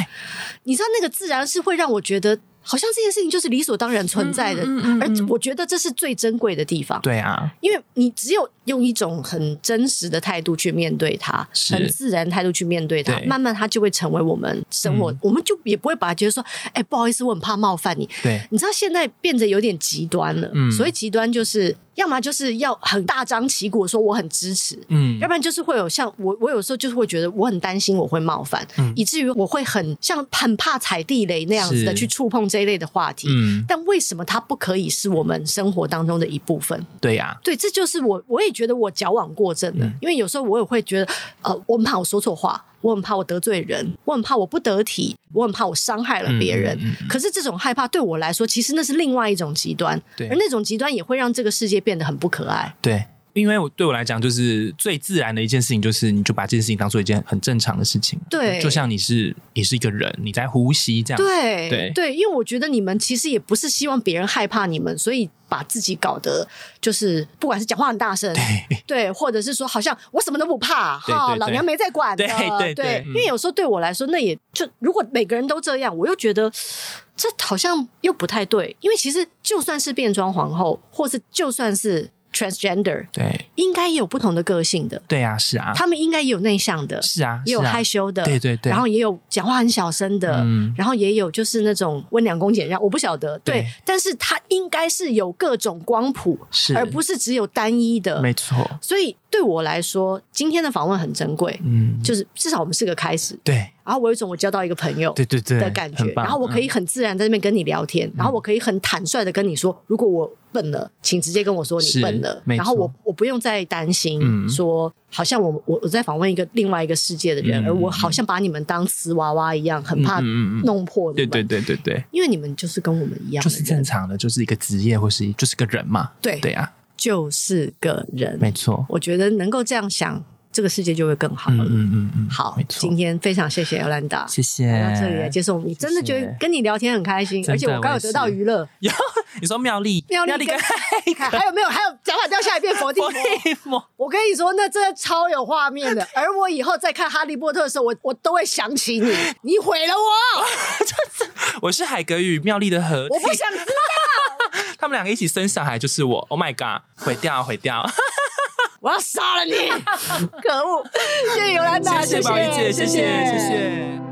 Speaker 1: 你知道那个自然是会让我觉得好像这件事情就是理所当然存在的，
Speaker 2: 嗯嗯嗯嗯
Speaker 1: 而我觉得这是最珍贵的地方。
Speaker 2: 对啊，
Speaker 1: 因为你只有用一种很真实的态度去面对它，
Speaker 2: 是
Speaker 1: 很自然的态度去面对它，
Speaker 2: 对
Speaker 1: 慢慢它就会成为我们生活，
Speaker 2: 嗯
Speaker 1: 我们就也不会把它觉得说，哎、不好意思，我很怕冒犯你。
Speaker 2: 对，
Speaker 1: 你知道现在变得有点极端了，
Speaker 2: 嗯
Speaker 1: 所谓极端就是，要么就是要很大张旗鼓地说我很支持，
Speaker 2: 嗯
Speaker 1: 要，不然就是会有像我，我有时候就是会觉得我很担心我会冒犯，
Speaker 2: 嗯
Speaker 1: 以至于我会很像很怕踩地雷那样子的
Speaker 2: 是
Speaker 1: 去触碰这一类的话题。
Speaker 2: 嗯，
Speaker 1: 但为什么它不可以是我们生活当中的一部分？
Speaker 2: 对啊呀、
Speaker 1: 对，这就是我，我也觉得我矫枉过正了，
Speaker 2: 嗯
Speaker 1: 因为有时候我也会觉得，呃，我很怕我说错话，我很怕我得罪人，我很怕我不得体，我很怕我伤害了别人。
Speaker 2: 嗯嗯嗯
Speaker 1: 可是这种害怕对我来说，其实那是另外一种极端，
Speaker 2: 对
Speaker 1: 而那种极端也会让这个世界变得很不可爱。
Speaker 2: 对。因为我对我来讲，就是最自然的一件事情，就是你就把这件事情当做一件很正常的事情，
Speaker 1: 对
Speaker 2: 就像你是你是一个人，你在呼吸这样，
Speaker 1: 对
Speaker 2: 啊对
Speaker 1: 因为我觉得你们其实也不是希望别人害怕你们，所以把自己搞得就是不管是讲话很大声，
Speaker 2: 对，
Speaker 1: 对，或者是说好像我什么都不怕
Speaker 2: 对
Speaker 1: 哈，
Speaker 2: 对
Speaker 1: 老
Speaker 2: 对
Speaker 1: 娘没在 管的，
Speaker 2: 对对对嗯
Speaker 1: 因为有时候对我来说，那也就如果每个人都这样，我又觉得这好像又不太对，因为其实就算是变装皇后，或是就算是 transgender，
Speaker 2: 对，
Speaker 1: 应该也有不同的个性的，
Speaker 2: 对啊，是啊，
Speaker 1: 他们应该也有内向的，
Speaker 2: 是啊，
Speaker 1: 也有
Speaker 2: 是啊
Speaker 1: 害羞的，
Speaker 2: 对对对
Speaker 1: 然后也有讲话很小声的，
Speaker 2: 嗯
Speaker 1: 然后也有就是那种温良恭俭让，我不晓得，对，
Speaker 2: 对
Speaker 1: 但是他应该是有各种光谱，
Speaker 2: 是
Speaker 1: 而不是只有单一的，
Speaker 2: 没错，
Speaker 1: 所以对我来说，今天的访问很珍贵，
Speaker 2: 嗯，
Speaker 1: 就是至少我们是个开始。
Speaker 2: 对
Speaker 1: 然后我有一种我交到一个朋友
Speaker 2: 对对对
Speaker 1: 的感觉
Speaker 2: 很，棒嗯
Speaker 1: 然后我可以很自然在那边跟你聊天，然后我可以很坦率的跟你说，如果我笨了，请直接跟我说你
Speaker 2: 是
Speaker 1: 笨了，
Speaker 2: 没错
Speaker 1: 然后我我不用再担心
Speaker 2: 嗯
Speaker 1: 说，好像我我我在访问一个另外一个世界的人，
Speaker 2: 嗯
Speaker 1: 而我好像把你们当瓷娃娃一样，很怕
Speaker 2: 嗯嗯嗯嗯
Speaker 1: 弄破你
Speaker 2: 对
Speaker 1: 们，
Speaker 2: 对对对对，
Speaker 1: 因为你们就是跟我们一样
Speaker 2: 就
Speaker 1: 的
Speaker 2: 是
Speaker 1: 人，
Speaker 2: 正常的，就是一个职业或是就是个人嘛，
Speaker 1: 对
Speaker 2: 对啊，
Speaker 1: 就是个人，
Speaker 2: 没错，
Speaker 1: 我觉得能够这样想，这个世界就会更好
Speaker 2: 嗯
Speaker 1: 了。
Speaker 2: 嗯嗯嗯，
Speaker 1: 好
Speaker 2: 没，
Speaker 1: 今
Speaker 2: 错，
Speaker 1: 天非常谢谢尤兰达
Speaker 2: 谢谢。
Speaker 1: 来到这里来接受我们，真的觉得跟你聊天很开心，
Speaker 2: 真的
Speaker 1: 而且我刚有得到娱乐，
Speaker 2: 有 你说妙丽，
Speaker 1: 妙丽
Speaker 2: 跟
Speaker 1: 跟还有没有？还有脚法掉下来变佛地 魔
Speaker 2: 佛，地魔，
Speaker 1: 我跟你说，那真的超有画面的。而我以后再看《哈利波特》的时候，我我都会想起你，你毁了我，
Speaker 2: 我是海格与妙丽的合
Speaker 1: 我不
Speaker 2: 体，
Speaker 1: 想知道。
Speaker 2: 他们两个一起生小孩就是我，Oh my god，毁掉毁 掉，
Speaker 1: 我要杀了你！可恶！谢谢尤兰达，
Speaker 2: 谢谢宝仪姐，谢谢谢谢。